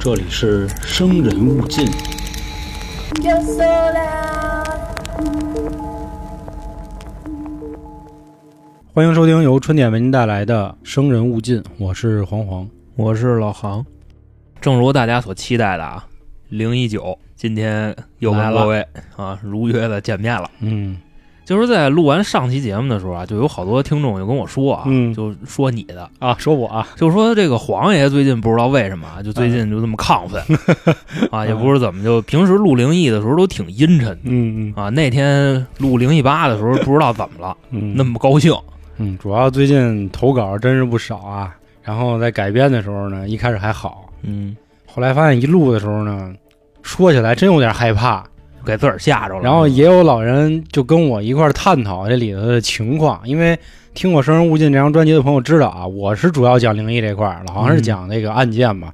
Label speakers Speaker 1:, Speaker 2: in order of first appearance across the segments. Speaker 1: 这里是生人勿近。
Speaker 2: You're so loud.
Speaker 1: 欢迎收听由春点为您带来的《生人勿近》，我是黄黄。
Speaker 3: 我是老航，
Speaker 4: 正如大家所期待的啊，零一九今天又
Speaker 1: 来
Speaker 4: 跟
Speaker 1: 了
Speaker 4: 各位啊如约的见面了。
Speaker 1: 嗯
Speaker 4: 就是在录完上期节目的时候啊，就有好多听众就跟我说啊，
Speaker 1: 嗯
Speaker 4: 就说你的，
Speaker 1: 啊，说我啊，
Speaker 4: 就说这个黄爷最近不知道为什么啊，就最近就这么亢奋、 啊，也不是怎么就平时录灵异的时候都挺阴沉的
Speaker 1: 嗯
Speaker 4: 啊，那天录灵异八的时候不知道怎么了，
Speaker 1: 嗯
Speaker 4: 那么高兴，
Speaker 1: 嗯，主要最近投稿真是不少啊。然后在改编的时候呢，一开始还好，
Speaker 4: 嗯，
Speaker 1: 后来发现一录的时候呢，说起来真有点害怕。
Speaker 4: 给自个儿吓着了。嗯
Speaker 1: 然后也有老人就跟我一块儿探讨这里头的情况，因为听过《生人勿近》这张专辑的朋友知道啊，我是主要讲灵异这块儿，老黄是
Speaker 4: 嗯
Speaker 1: 讲那个案件嘛，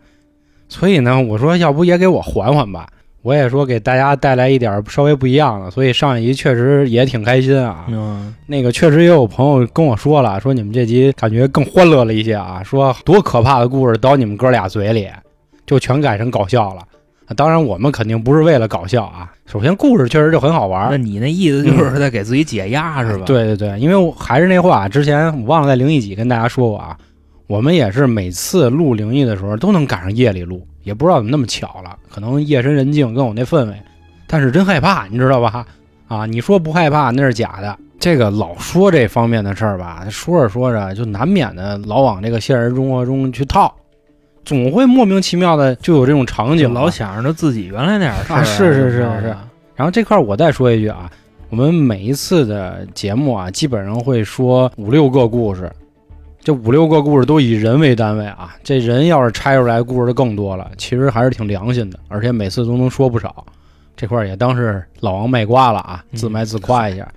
Speaker 1: 所以呢，我说要不也给我缓缓吧，我也说给大家带来一点儿稍微不一样的，所以上一集确实也挺开心啊。
Speaker 4: 嗯，
Speaker 1: 那个确实也有朋友跟我说了，说你们这集感觉更欢乐了一些啊，说多可怕的故事到你们哥俩嘴里，就全改成搞笑了。啊当然，我们肯定不是为了搞笑啊。首先，故事确实就很好玩
Speaker 4: 那
Speaker 1: 儿，
Speaker 4: 你那意思就是在给自己解压是吧？，
Speaker 1: 哎对对对，因为我还是那话，之前我忘了在灵异几跟大家说过啊，我们也是每次录灵异的时候都能赶上夜里录，也不知道怎么那么巧了，可能夜深人静跟我那氛围，但是真害怕，你知道吧？啊，你说不害怕那是假的。这个老说这方面的事儿吧，说着说着就难免的老往这个现实生活中去套，总会莫名其妙的就有这种场景
Speaker 4: 就
Speaker 1: 了，
Speaker 4: 老想着自己原来那点事儿、
Speaker 1: 啊是是是
Speaker 4: 怎么着
Speaker 1: 是
Speaker 4: 的
Speaker 1: 然后这块儿我再说一句啊，我们每一次的节目啊，基本上会说五六个故事，这五六个故事都以人为单位啊。这人要是拆出来，故事就更多了，其实还是挺良心的，而且每次都能说不少。这块儿也当是老王卖瓜了啊，
Speaker 4: 嗯
Speaker 1: 自卖自夸一下。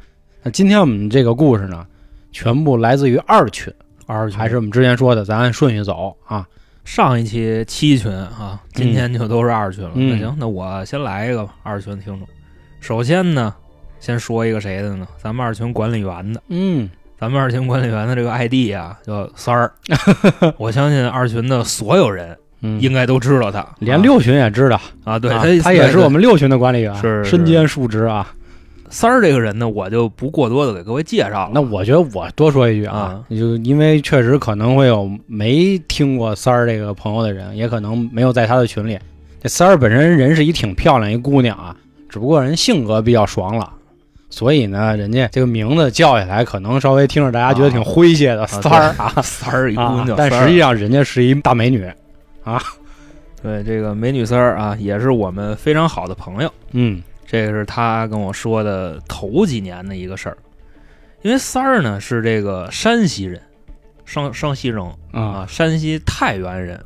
Speaker 1: 那今天我们这个故事呢，全部来自于二群，
Speaker 4: 二群
Speaker 1: 还是我们之前说的，咱按顺序走啊。
Speaker 4: 上一期七群啊，今天就都是二群了。
Speaker 1: 嗯
Speaker 4: 那行，那我先来一个吧，二群听众。首先呢，先说一个谁的呢？咱们二群管理员的，
Speaker 1: 嗯
Speaker 4: 咱们二群管理员的这个 ID 啊，叫三儿。 我相信二群的所有人
Speaker 1: 嗯，
Speaker 4: 应该都知道他，
Speaker 1: 连六群也知道，
Speaker 4: 啊，对
Speaker 1: 啊
Speaker 4: 他
Speaker 1: 他也是我们六群的管理员，
Speaker 4: 是是
Speaker 1: 身兼数职啊。
Speaker 4: 三儿这个人呢，我就不过多的给各位介绍了。
Speaker 1: 那我觉得我多说一句啊
Speaker 4: 啊，
Speaker 1: 就因为确实可能会有没听过三儿这个朋友的人，也可能没有在他的群里。这三儿本身人是一挺漂亮一姑娘啊，只不过人性格比较爽朗，所以呢，人家这个名字叫起来可能稍微听着大家觉得挺诙谐的
Speaker 4: 啊
Speaker 1: 三儿
Speaker 4: 对啊，三儿一姑
Speaker 1: 啊
Speaker 4: 娘，，
Speaker 1: 但
Speaker 4: 三儿
Speaker 1: 实际上人家是一大美女。
Speaker 4: 对这个美女三儿啊，也是我们非常好的朋友。
Speaker 1: 嗯
Speaker 4: 这个是他跟我说的头几年的一个事儿。因为三儿呢是这个山西人，上上西人
Speaker 1: 啊，
Speaker 4: 啊，山西太原人，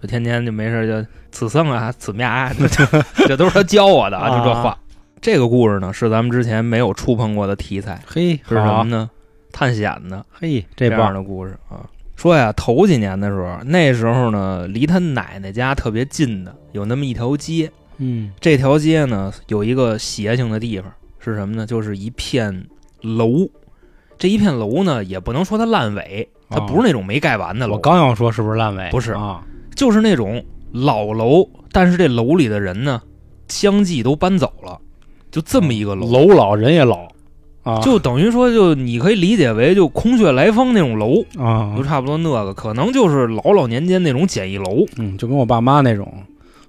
Speaker 4: 就天天就没事就此生啊， 此面啊，这 这都是他教我的啊，就这话
Speaker 1: 啊。
Speaker 4: 这个故事呢是咱们之前没有触碰过的题材，
Speaker 1: 嘿，
Speaker 4: 是什么
Speaker 1: 好，
Speaker 4: 呢？探险的
Speaker 1: 嘿，
Speaker 4: 这
Speaker 1: 这
Speaker 4: 样
Speaker 1: 棒，
Speaker 4: 的故事啊。说呀，头几年的时候，那时候呢，离他奶奶家特别近的有那么一条街，
Speaker 1: 嗯
Speaker 4: 这条街呢有一个邪性的地方是什么呢？就是一片楼。这一片楼呢，也不能说它烂尾，它
Speaker 1: 哦
Speaker 4: 不是那种没盖完的楼，
Speaker 1: 我刚要说是不是烂尾？
Speaker 4: 不是
Speaker 1: 啊，
Speaker 4: 就是那种老楼，但是这楼里的人呢，相继都搬走了，就这么一个楼，
Speaker 1: 楼老人也老啊，
Speaker 4: 就等于说，就你可以理解为就空穴来风那种楼，
Speaker 1: 啊
Speaker 4: 就，差不多那个，可能就是老老年间那种简易楼，
Speaker 1: 嗯，就跟我爸妈那种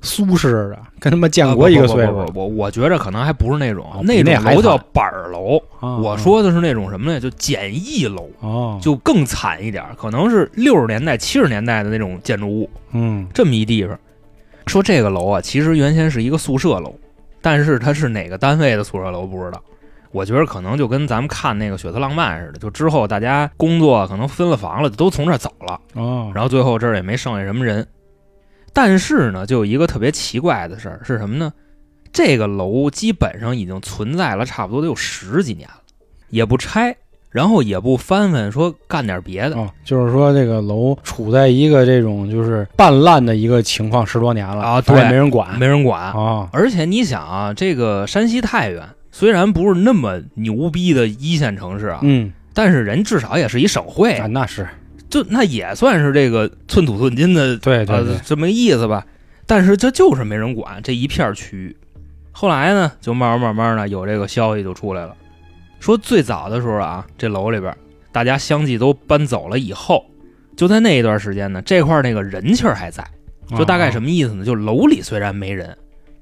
Speaker 1: 苏式的，跟他妈建国一个岁数
Speaker 4: 啊不不不不我我觉着可能还不是那种，
Speaker 1: 哦比
Speaker 4: 那
Speaker 1: 那
Speaker 4: 种
Speaker 1: 还
Speaker 4: 楼叫
Speaker 1: 惨
Speaker 4: 板儿楼，
Speaker 1: 啊。
Speaker 4: 我说的是那种什么呢？就简易楼，
Speaker 1: 哦，
Speaker 4: 就更惨一点儿，可能是六十年代、七十年代的那种建筑物，
Speaker 1: 嗯
Speaker 4: 这么一地方。说这个楼啊，其实原先是一个宿舍楼，但是它是哪个单位的宿舍楼不知道。我觉得可能就跟咱们看那个《血色浪漫》似的，就之后大家工作可能分了房了，都从这儿走了，
Speaker 1: 哦，
Speaker 4: 然后最后这儿也没剩下什么人。但是呢，就有一个特别奇怪的事儿是什么呢？这个楼基本上已经存在了差不多得有十几年了，也不拆，然后也不翻翻，说干点别的
Speaker 1: 哦，就是说这个楼处在一个这种就是半烂的一个情况十多年了
Speaker 4: 啊
Speaker 1: 反正
Speaker 4: 对
Speaker 1: 没人管
Speaker 4: 没人管。
Speaker 1: 啊，
Speaker 4: 而且你想啊，这个山西太原虽然不是那么牛逼的一线城市啊，
Speaker 1: 嗯
Speaker 4: 但是人至少也是一省会，
Speaker 1: 啊，那是
Speaker 4: 就那也算是这个寸土寸金的
Speaker 1: 哎对对
Speaker 4: 呃
Speaker 1: 对，
Speaker 4: 这么个意思吧。但是这就是没人管这一片区域。后来呢，就慢慢慢慢的有这个消息就出来了，说最早的时候啊，这楼里边大家相继都搬走了以后，就在那一段时间呢，这块儿那个人气儿还在。就大概什
Speaker 1: 么？
Speaker 4: 么意思呢？就楼里虽然没人，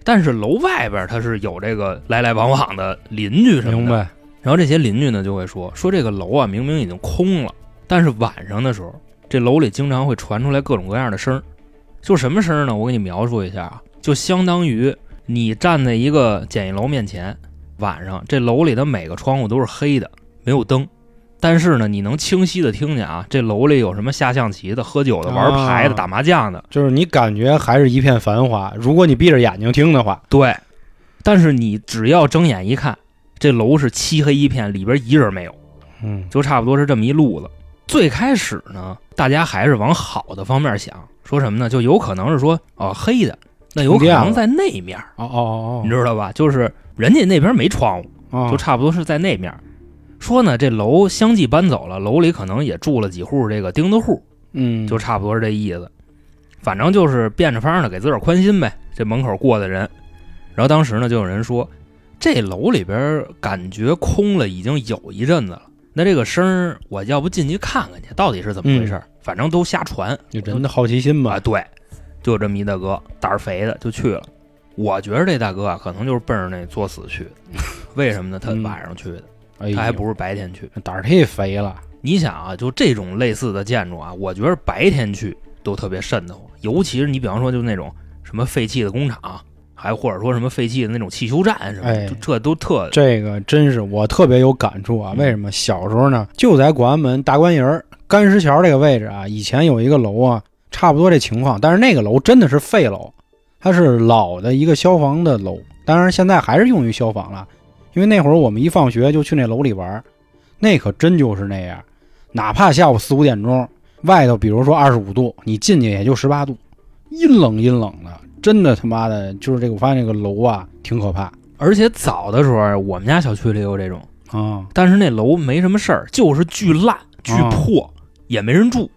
Speaker 4: 但是楼外边它是有这个来来往往的邻居什么
Speaker 1: 明
Speaker 4: 的。
Speaker 1: 白？
Speaker 4: 然后这些邻居呢就会说说这个楼啊明明已经空了，但是晚上的时候，这楼里经常会传出来各种各样的声儿。就什么声儿呢？我给你描述一下啊，就相当于你站在一个简易楼面前，晚上这楼里的每个窗户都是黑的，没有灯。但是呢，你能清晰的听见啊，这楼里有什么下象棋的、喝酒的、玩牌的、
Speaker 1: 啊
Speaker 4: 打麻将的，
Speaker 1: 就是你感觉还是一片繁华，如果你闭着眼睛听的话，
Speaker 4: 对，但是你只要睁眼一看，这楼是漆黑一片，里边一人没有，
Speaker 1: 嗯，
Speaker 4: 就差不多是这么一路子。最开始呢，大家还是往好的方面想，说什么呢？就有可能是说，哦，黑的，那有
Speaker 1: 停
Speaker 4: 可
Speaker 1: 电了
Speaker 4: 能在那面儿，
Speaker 1: 哦哦
Speaker 4: 你知道吧？就是人家那边没窗户，
Speaker 1: 哦哦，
Speaker 4: 就差不多是在那面儿。说呢，这楼相继搬走了，楼里可能也住了几户这个钉子户，
Speaker 1: 嗯，
Speaker 4: 就差不多是这意思。反正就是变着法儿的给自个儿宽心呗。这门口过的人，然后当时呢就有人说，这楼里边儿感觉空了已经有一阵子了。那这个声儿，我要不进去看看去，到底是怎么回
Speaker 1: 嗯
Speaker 4: 事儿？反正都瞎传
Speaker 1: 就人的好奇心
Speaker 4: 啊。
Speaker 1: 吧，
Speaker 4: 对，就有这么一大哥，胆儿肥的就去了。我觉得这大哥啊，可能就是奔着那作死 去的。为什么呢？他
Speaker 1: 嗯
Speaker 4: 晚上去的，
Speaker 1: 哎呦
Speaker 4: 他还不是白天去。
Speaker 1: 胆儿忒肥了，
Speaker 4: 你想啊，就这种类似的建筑啊，我觉得白天去都特别瘆得慌，尤其是你比方说就那种什么废弃的工厂，还或者说什么废弃的那种汽修站什么的，
Speaker 1: 哎
Speaker 4: 就这都特
Speaker 1: 这个真是我特别有感触啊！
Speaker 4: 嗯
Speaker 1: 为什么小时候呢，就在广安门大观营儿干石桥这个位置啊，以前有一个楼啊，差不多这情况，但是那个楼真的是废楼，它是老的一个消防的楼，当然现在还是用于消防了，因为那会儿我们一放学就去那楼里玩儿，那可真就是那样，哪怕下午四五点钟，外头比如说二十五度，你进去也就十八度，阴冷阴冷的，真的他妈的，就是这个我发现这个楼啊挺可怕
Speaker 4: 而且早的时候，啊我们家小区里有这种，
Speaker 1: 啊，
Speaker 4: 但是那楼没什么事儿，就是巨烂、巨破，也没人住。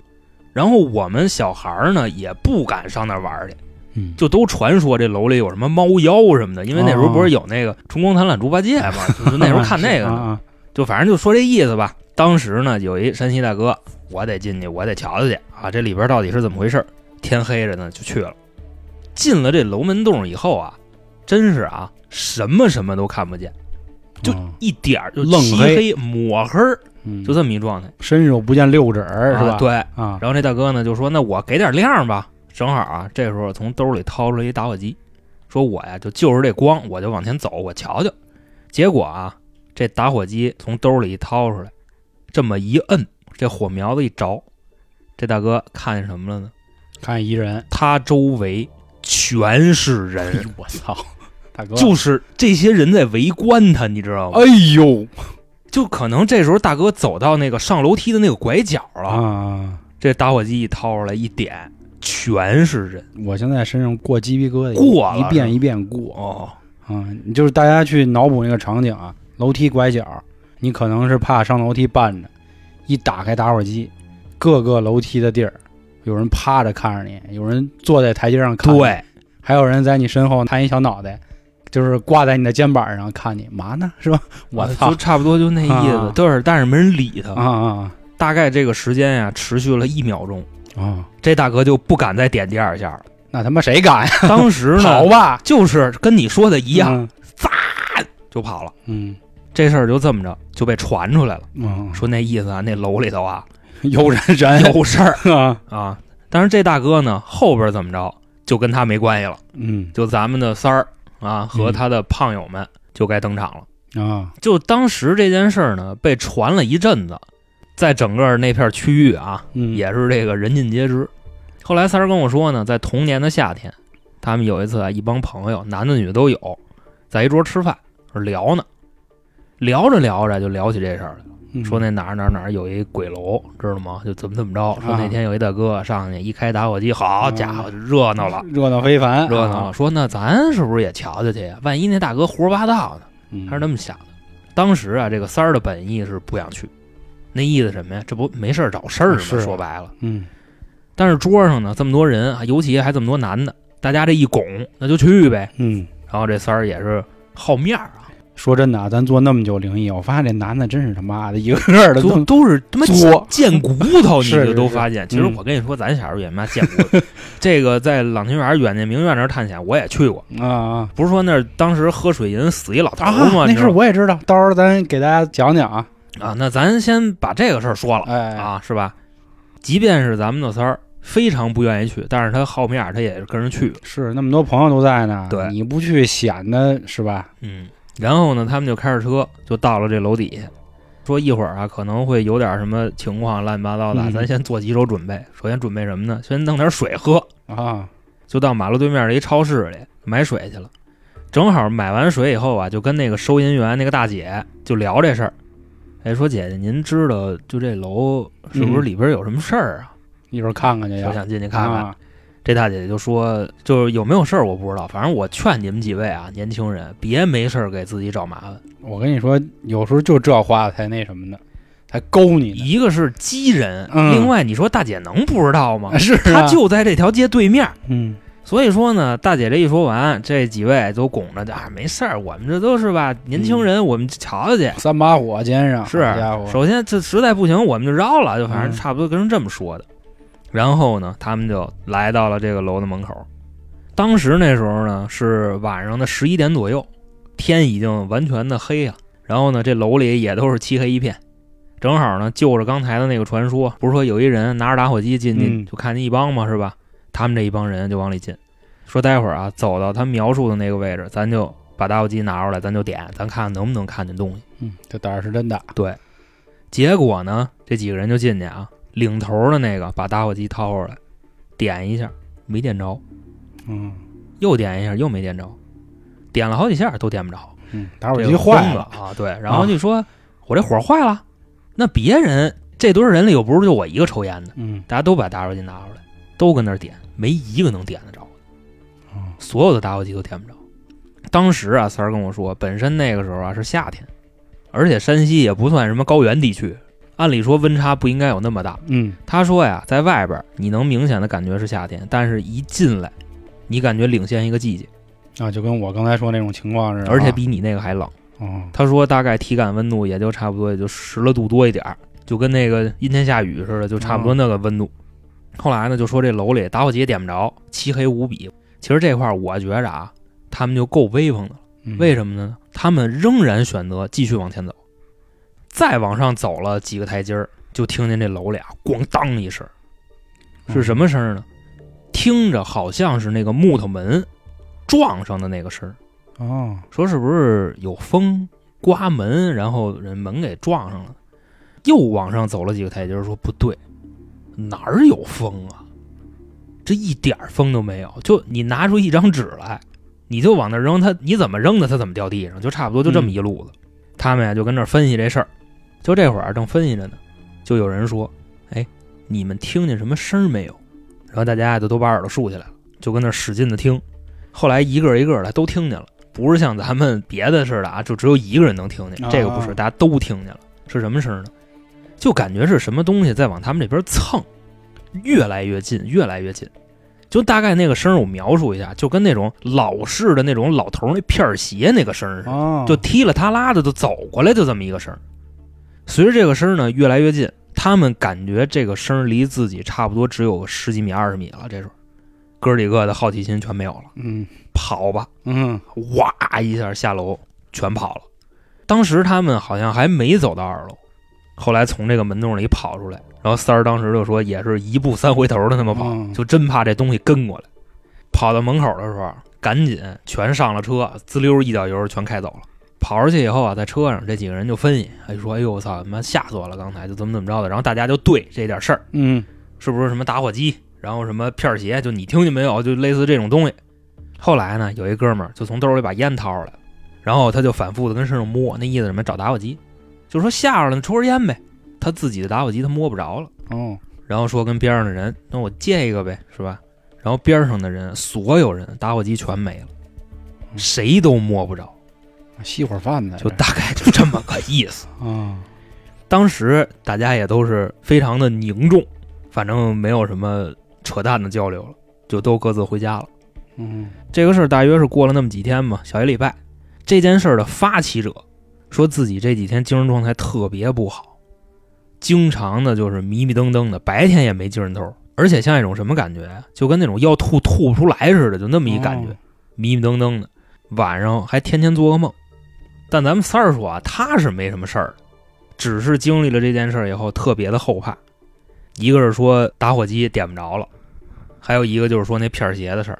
Speaker 4: 然后我们小孩儿呢也不敢上那儿玩儿去，
Speaker 1: 嗯。
Speaker 4: 就都传说这楼里有什么猫妖什么的，因为那时候不
Speaker 1: 哦
Speaker 4: 是有那个春光灿烂猪八戒嘛， 就就那时候看那个
Speaker 1: 啊
Speaker 4: 呢。
Speaker 1: 啊，
Speaker 4: 就反正就说这意思吧。当时呢，有一山西大哥，我得进去，我得瞧瞧去啊，这里边到底是怎么回事儿？天黑着呢，就去了。进了这楼门洞以后啊，真是啊，什么什么都看不见，就
Speaker 1: 啊
Speaker 4: 一点儿就
Speaker 1: 愣
Speaker 4: 漆
Speaker 1: 黑
Speaker 4: 黑抹黑儿，
Speaker 1: 嗯
Speaker 4: 就这么一状态，
Speaker 1: 伸手不见六指儿，是吧？
Speaker 4: 啊对。
Speaker 1: 啊，
Speaker 4: 然后这大哥呢就说：“那我给点亮吧。”正好啊，这时候从兜里掏出来一打火机，说：“我呀就就是这光，我就往前走，我瞧瞧。”结果啊，这打火机从兜里一掏出来，这么一摁，这火苗子一着，这大哥看见什么了呢？
Speaker 1: 看一 人，
Speaker 4: 他周围全是
Speaker 1: 哎
Speaker 4: 人，
Speaker 1: 呦我操，大哥，
Speaker 4: 就是这些人在围观他，你知道吗？
Speaker 1: 哎呦
Speaker 4: 就可能这时候大哥走到那个上楼梯的那个拐角了，
Speaker 1: 啊！
Speaker 4: 这打火机一掏出来一点，全是人。
Speaker 1: 我现在身上过鸡皮疙瘩，
Speaker 4: 过了
Speaker 1: 一遍一遍过
Speaker 4: 哦，
Speaker 1: 啊！你就是大家去脑补那个场景啊，楼梯拐角，你可能是怕上楼梯绊着，一打开打火机，各个楼梯的地儿，有人趴着看着你，有人坐在台阶上看，，
Speaker 4: 对，
Speaker 1: 还有人在你身后探一小脑袋，就是挂在你的肩膀上看你，嘛呢？是吧？我操
Speaker 4: 啊呃就！差不多就那意思
Speaker 1: 啊，
Speaker 4: 但是但是没人理
Speaker 1: 啊
Speaker 4: 他。
Speaker 1: 啊
Speaker 4: 大概这个时间呀，持续了一秒钟，
Speaker 1: 啊啊！
Speaker 4: 这大哥就不敢再点第二下了。
Speaker 1: 那他妈谁敢呀？
Speaker 4: 当时呢
Speaker 1: 跑，吧，
Speaker 4: 就是跟你说的一样，
Speaker 1: 嗯
Speaker 4: 就跑了。
Speaker 1: 嗯
Speaker 4: 这事儿就这么着就被传出来了，
Speaker 1: 嗯，
Speaker 4: 说那意思啊，那楼里头啊
Speaker 1: 有人人
Speaker 4: 有事儿
Speaker 1: 啊，
Speaker 4: 啊。但是这大哥呢，后边怎么着就跟他没关系了，
Speaker 1: 嗯
Speaker 4: 就咱们的三儿啊和
Speaker 1: 嗯
Speaker 4: 他的胖友们就该登场了。
Speaker 1: 啊，
Speaker 4: 就当时这件事儿呢，被传了一阵子，在整个那片区域啊，
Speaker 1: 嗯
Speaker 4: 也是这个人尽皆知。后来三儿跟我说呢，在同年的夏天，他们有一次啊，一帮朋友，男的女的都有，在一桌吃饭聊呢，聊着聊着就聊起这事儿了，
Speaker 1: 嗯
Speaker 4: 说那哪儿哪儿哪儿有一鬼楼，知道吗？就怎么怎么着。说
Speaker 1: 啊
Speaker 4: 那天有一大哥上去一开打火机，好
Speaker 1: 啊
Speaker 4: 家伙，就热闹了，
Speaker 1: 热闹非凡，
Speaker 4: 热闹了。
Speaker 1: 啊，
Speaker 4: 说那咱是不是也瞧瞧去呀？万一那大哥胡说八道呢？
Speaker 1: 嗯
Speaker 4: 他是这么想的。当时啊，这个三儿的本意是不想去，那意思什么呀？这不没事儿找事儿吗？
Speaker 1: 是啊
Speaker 4: 说白了，
Speaker 1: 嗯，
Speaker 4: 但是桌上呢这么多人啊，尤其还这么多男的，大家这一拱，那就去呗。
Speaker 1: 嗯，
Speaker 4: 然后这三儿也是好面儿啊，
Speaker 1: 说真的啊，咱做那么久灵异，我发现这男的真是他妈的一个个的
Speaker 4: 都
Speaker 1: 都
Speaker 4: 都是他妈
Speaker 1: 作
Speaker 4: 贱骨 头，你
Speaker 1: 是
Speaker 4: 就是都
Speaker 1: 是
Speaker 4: 发现。其实
Speaker 1: 嗯
Speaker 4: 我跟你说，咱小时候也妈见 过，这个在朗清园远近名苑那儿探险，我也去过。
Speaker 1: 啊啊
Speaker 4: 不是说那儿当时喝水银死一老头儿
Speaker 1: 啊！
Speaker 4: 吗？你
Speaker 1: 那
Speaker 4: 知
Speaker 1: 事
Speaker 4: 道
Speaker 1: 儿我也知道，到时候咱给大家讲讲啊。
Speaker 4: 啊，那咱先把这个事儿说了
Speaker 1: 哎，
Speaker 4: 啊，是吧？即便是咱们的三儿非常不愿意去，但是他好面儿，他也是跟着去了。
Speaker 1: 是那么多朋友都在呢，
Speaker 4: 对
Speaker 1: 你不去显得是吧？
Speaker 4: 嗯，然后呢，他们就开着车就到了这楼底下，说一会儿啊可能会有点什么情况，乱七八糟的，
Speaker 1: 嗯
Speaker 4: 咱先做几手准备。首先准备什么呢？先弄点水喝，
Speaker 1: 啊，
Speaker 4: 就到马路对面的一超市里买水去了。正好买完水以后啊，就跟那个收银员那个大姐就聊这事儿。哎，说姐姐，您知道就这楼是不是
Speaker 1: 嗯
Speaker 4: 里边有什么事儿啊？
Speaker 1: 一会儿看看去
Speaker 4: 我
Speaker 1: 哎呀。
Speaker 4: 想进去看看。
Speaker 1: 啊，
Speaker 4: 这大姐姐就说，就是有没有事儿我不知道，反正我劝你们几位啊，年轻人别没事儿给自己找麻烦。
Speaker 1: 我跟你说，有时候就这话才那什么呢，才勾你呢。
Speaker 4: 一个是激人，
Speaker 1: 嗯
Speaker 4: 另外你说大姐能不知道 吗？
Speaker 1: 是啊，
Speaker 4: 她就在这条街对面。
Speaker 1: 嗯
Speaker 4: 所以说呢，大姐这一说完，这几位都拱着啊，没事儿，我们这都是吧，年轻人，
Speaker 1: 嗯
Speaker 4: 我们瞧瞧去。
Speaker 1: 三把火肩上，
Speaker 4: 是
Speaker 1: 好家伙，
Speaker 4: 首先这实在不行，我们就绕了，就反正
Speaker 1: 嗯
Speaker 4: 差不多跟人这么说的。然后呢，他们就来到了这个楼的门口。当时那时候呢是晚上的十一点左右，天已经完全的黑啊。然后呢，这楼里也都是漆黑一片。正好呢，就着刚才的那个传说，不是说有一人拿着打火机进去，
Speaker 1: 嗯
Speaker 4: 就看见一帮嘛，是吧？他们这一帮人就往里进，说待会儿啊，走到他描述的那个位置，咱就把打火机拿出来，咱就点，咱看看能不能看见东西。
Speaker 1: 嗯，这胆儿是真大。
Speaker 4: 结果呢，这几个人就进去啊，领头的那个把打火机掏出来，点一下没点着，
Speaker 1: 嗯
Speaker 4: 又点一下又没点着，点了好几下都点不着，
Speaker 1: 嗯，打火
Speaker 4: 这
Speaker 1: 机
Speaker 4: 个
Speaker 1: 坏
Speaker 4: 崩
Speaker 1: 了
Speaker 4: 了，啊！对，然后就说、我这火坏了，那别人这堆人里又不是就我一个抽烟的，
Speaker 1: 嗯
Speaker 4: 大家都把打火机拿出来，都跟那儿点，没一个能点得着的
Speaker 1: 哦，
Speaker 4: 所有的打火机都点不着。当时啊，三儿跟我说，本身那个时候啊是夏天，而且山西也不算什么高原地区，按理说温差不应该有那么大。
Speaker 1: 嗯，
Speaker 4: 他说呀，在外边儿你能明显的感觉是夏天，但是一进来，你感觉领先一个季节，
Speaker 1: 啊，就跟我刚才说那种情况似的啊，
Speaker 4: 而且比你那个还冷。
Speaker 1: 哦，
Speaker 4: 他说大概体感温度也就差不多也就十来度多一点儿，就跟那个阴天下雨似的，就差不多那个温度。后来呢，就说这楼里打火机也点不着，漆黑无比。其实这块儿我觉着啊，他们就够威风的了。
Speaker 1: 嗯
Speaker 4: 为什么呢？他们仍然选择继续往前走，再往上走了几个台阶儿，就听见这楼里啊咣当一声，
Speaker 1: 嗯
Speaker 4: 是什？么声儿呢？听着好像是那个木头门撞上的那个声儿。
Speaker 1: 嗯哦，
Speaker 4: 说是不是有风刮门，然后人门给撞上了？又往上走了几个台阶，说不对，哪儿有风啊？这一点儿风都没有。就你拿出一张纸来，你就往那儿扔，它你怎么扔的，它怎么掉地上，就差不多就这么一路子。他们呀就跟那儿分析这事儿，就这会儿正分析着呢，就有人说：“哎，你们听见什么声儿没有？”然后大家呀就都把耳朵竖起来了，就跟那儿使劲的听。后来一个一个的都听见了，不是像咱们别的似的啊，就只有一个人能听见。
Speaker 1: 啊
Speaker 4: 这个不是，大家都听见了，是什么声儿呢？就感觉是什么东西在往他们这边蹭，越来越近，越来越近。就大概那个声儿，我描述一下，就跟那种老式的那种老头儿那片儿鞋那个声儿似的。
Speaker 1: 哦，
Speaker 4: 就踢了他拉的就走过来，就这么一个声儿。随着这个声儿呢越来越近，他们感觉这个声儿离自己差不多只有十几米、二十米了。这时候，哥儿几个的好奇心全没有了，
Speaker 1: 嗯
Speaker 4: 跑吧！
Speaker 1: 嗯，
Speaker 4: 哇一下下楼，全跑了。当时他们好像还没走到二楼，后来从这个门洞里跑出来，然后三儿当时就说也是一步三回头的那么跑，
Speaker 1: 嗯
Speaker 4: 就真怕这东西跟过来。跑到门口的时候，赶紧全上了车，滋溜一脚油全开走了。跑出去以后啊，在车上这几个人就分析，哎说哎呦我操，他妈吓死我了，刚才就怎么怎么着的。然后大家就对这点事儿，
Speaker 1: 嗯
Speaker 4: 是不是什么打火机，然后什么片儿鞋，就你听见没有？就类似这种东西。后来呢，有一哥们儿就从兜里把烟掏出来，然后他就反复的跟身上摸，那意思什么找打火机，就说吓着了，抽根烟呗。他自己的打火机他摸不着了，
Speaker 1: 哦，
Speaker 4: 然后说跟边上的人，那我借一个呗，是吧？然后边上的人，所有人打火机全没了，
Speaker 1: 嗯
Speaker 4: 谁都摸不着，
Speaker 1: 吸会儿饭呢，
Speaker 4: 就大概就这么个意思。
Speaker 1: 啊，
Speaker 4: 当时大家也都是非常的凝重，反正没有什么扯淡的交流了，就都各自回家了。
Speaker 1: 嗯，
Speaker 4: 这个事儿大约是过了那么几天嘛，小一礼拜。这件事儿的发起者说自己这几天精神状态特别不好，经常的就是迷迷瞪瞪的，白天也没精神头儿，而且像一种什么感觉啊，就跟那种要吐吐不出来似的，就那么一感觉，
Speaker 1: 哦
Speaker 4: 迷迷瞪瞪的。晚上还天天做噩梦。但咱们三儿说啊，他是没什么事儿的，只是经历了这件事儿以后特别的后怕。一个是说打火机点不着了，还有一个就是说那片儿鞋的事儿。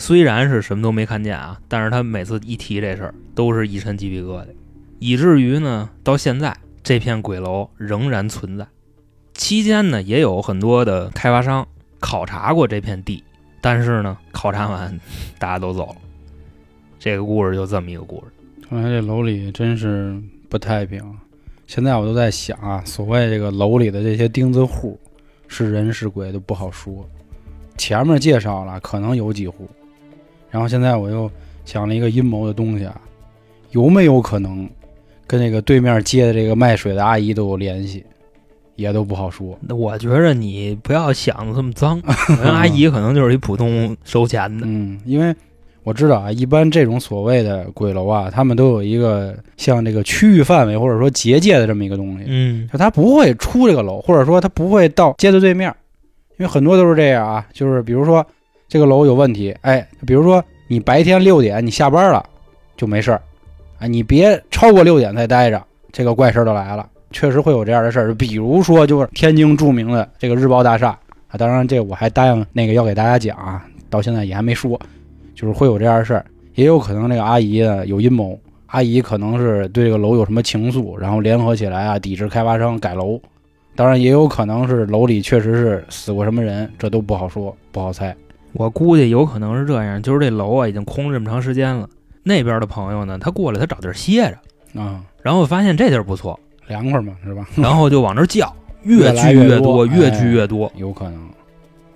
Speaker 4: 虽然是什么都没看见啊，但是他每次一提这事儿，都是一身鸡皮疙瘩，以至于呢，到现在这片鬼楼仍然存在。期间呢，也有很多的开发商考察过这片地，但是呢，考察完大家都走了。这个故事就这么一个故事。
Speaker 1: 看来这楼里真是不太平。现在我都在想啊，所谓这个楼里的这些钉子户，是人是鬼都不好说。前面介绍了，可能有几户，然后现在我又想了一个阴谋的东西啊，有没有可能跟那个对面接的这个卖水的阿姨都有联系，也都不好说。
Speaker 4: 那我觉着你不要想的这么 脏，人阿姨可能就是一普通收钱的。
Speaker 1: 嗯，因为我知道啊，一般这种所谓的鬼楼啊，他们都有一个像这个区域范围或者说结界的这么一个东西。
Speaker 4: 嗯
Speaker 1: 就他不会出这个楼，或者说他不会到街的对面，因为很多都是这样啊，就是比如说这个楼有问题，哎，比如说你白天六点你下班了就没事儿，哎，你别超过六点再待着，这个怪事儿就来了。确实会有这样的事儿，比如说就是天津著名的这个日报大厦啊，当然这我还答应那个要给大家讲啊，到现在也还没说，就是会有这样的事儿，也有可能这个阿姨呢有阴谋，阿姨可能是对这个楼有什么情愫，然后联合起来啊抵制开发商改楼。当然也有可能是楼里确实是死过什么人，这都不好说，不好猜。
Speaker 4: 我估计有可能是这样，就是这楼啊已经空这么长时间了，那边的朋友呢，他过来他找地儿歇着，
Speaker 1: 啊、
Speaker 4: 然后发现这地儿不 错，
Speaker 1: 凉快嘛，是吧？
Speaker 4: 然后就往这儿叫，
Speaker 1: 越来
Speaker 4: 聚
Speaker 1: 越
Speaker 4: 越
Speaker 1: 多
Speaker 4: 越
Speaker 1: 哎
Speaker 4: 聚越多，
Speaker 1: 有可能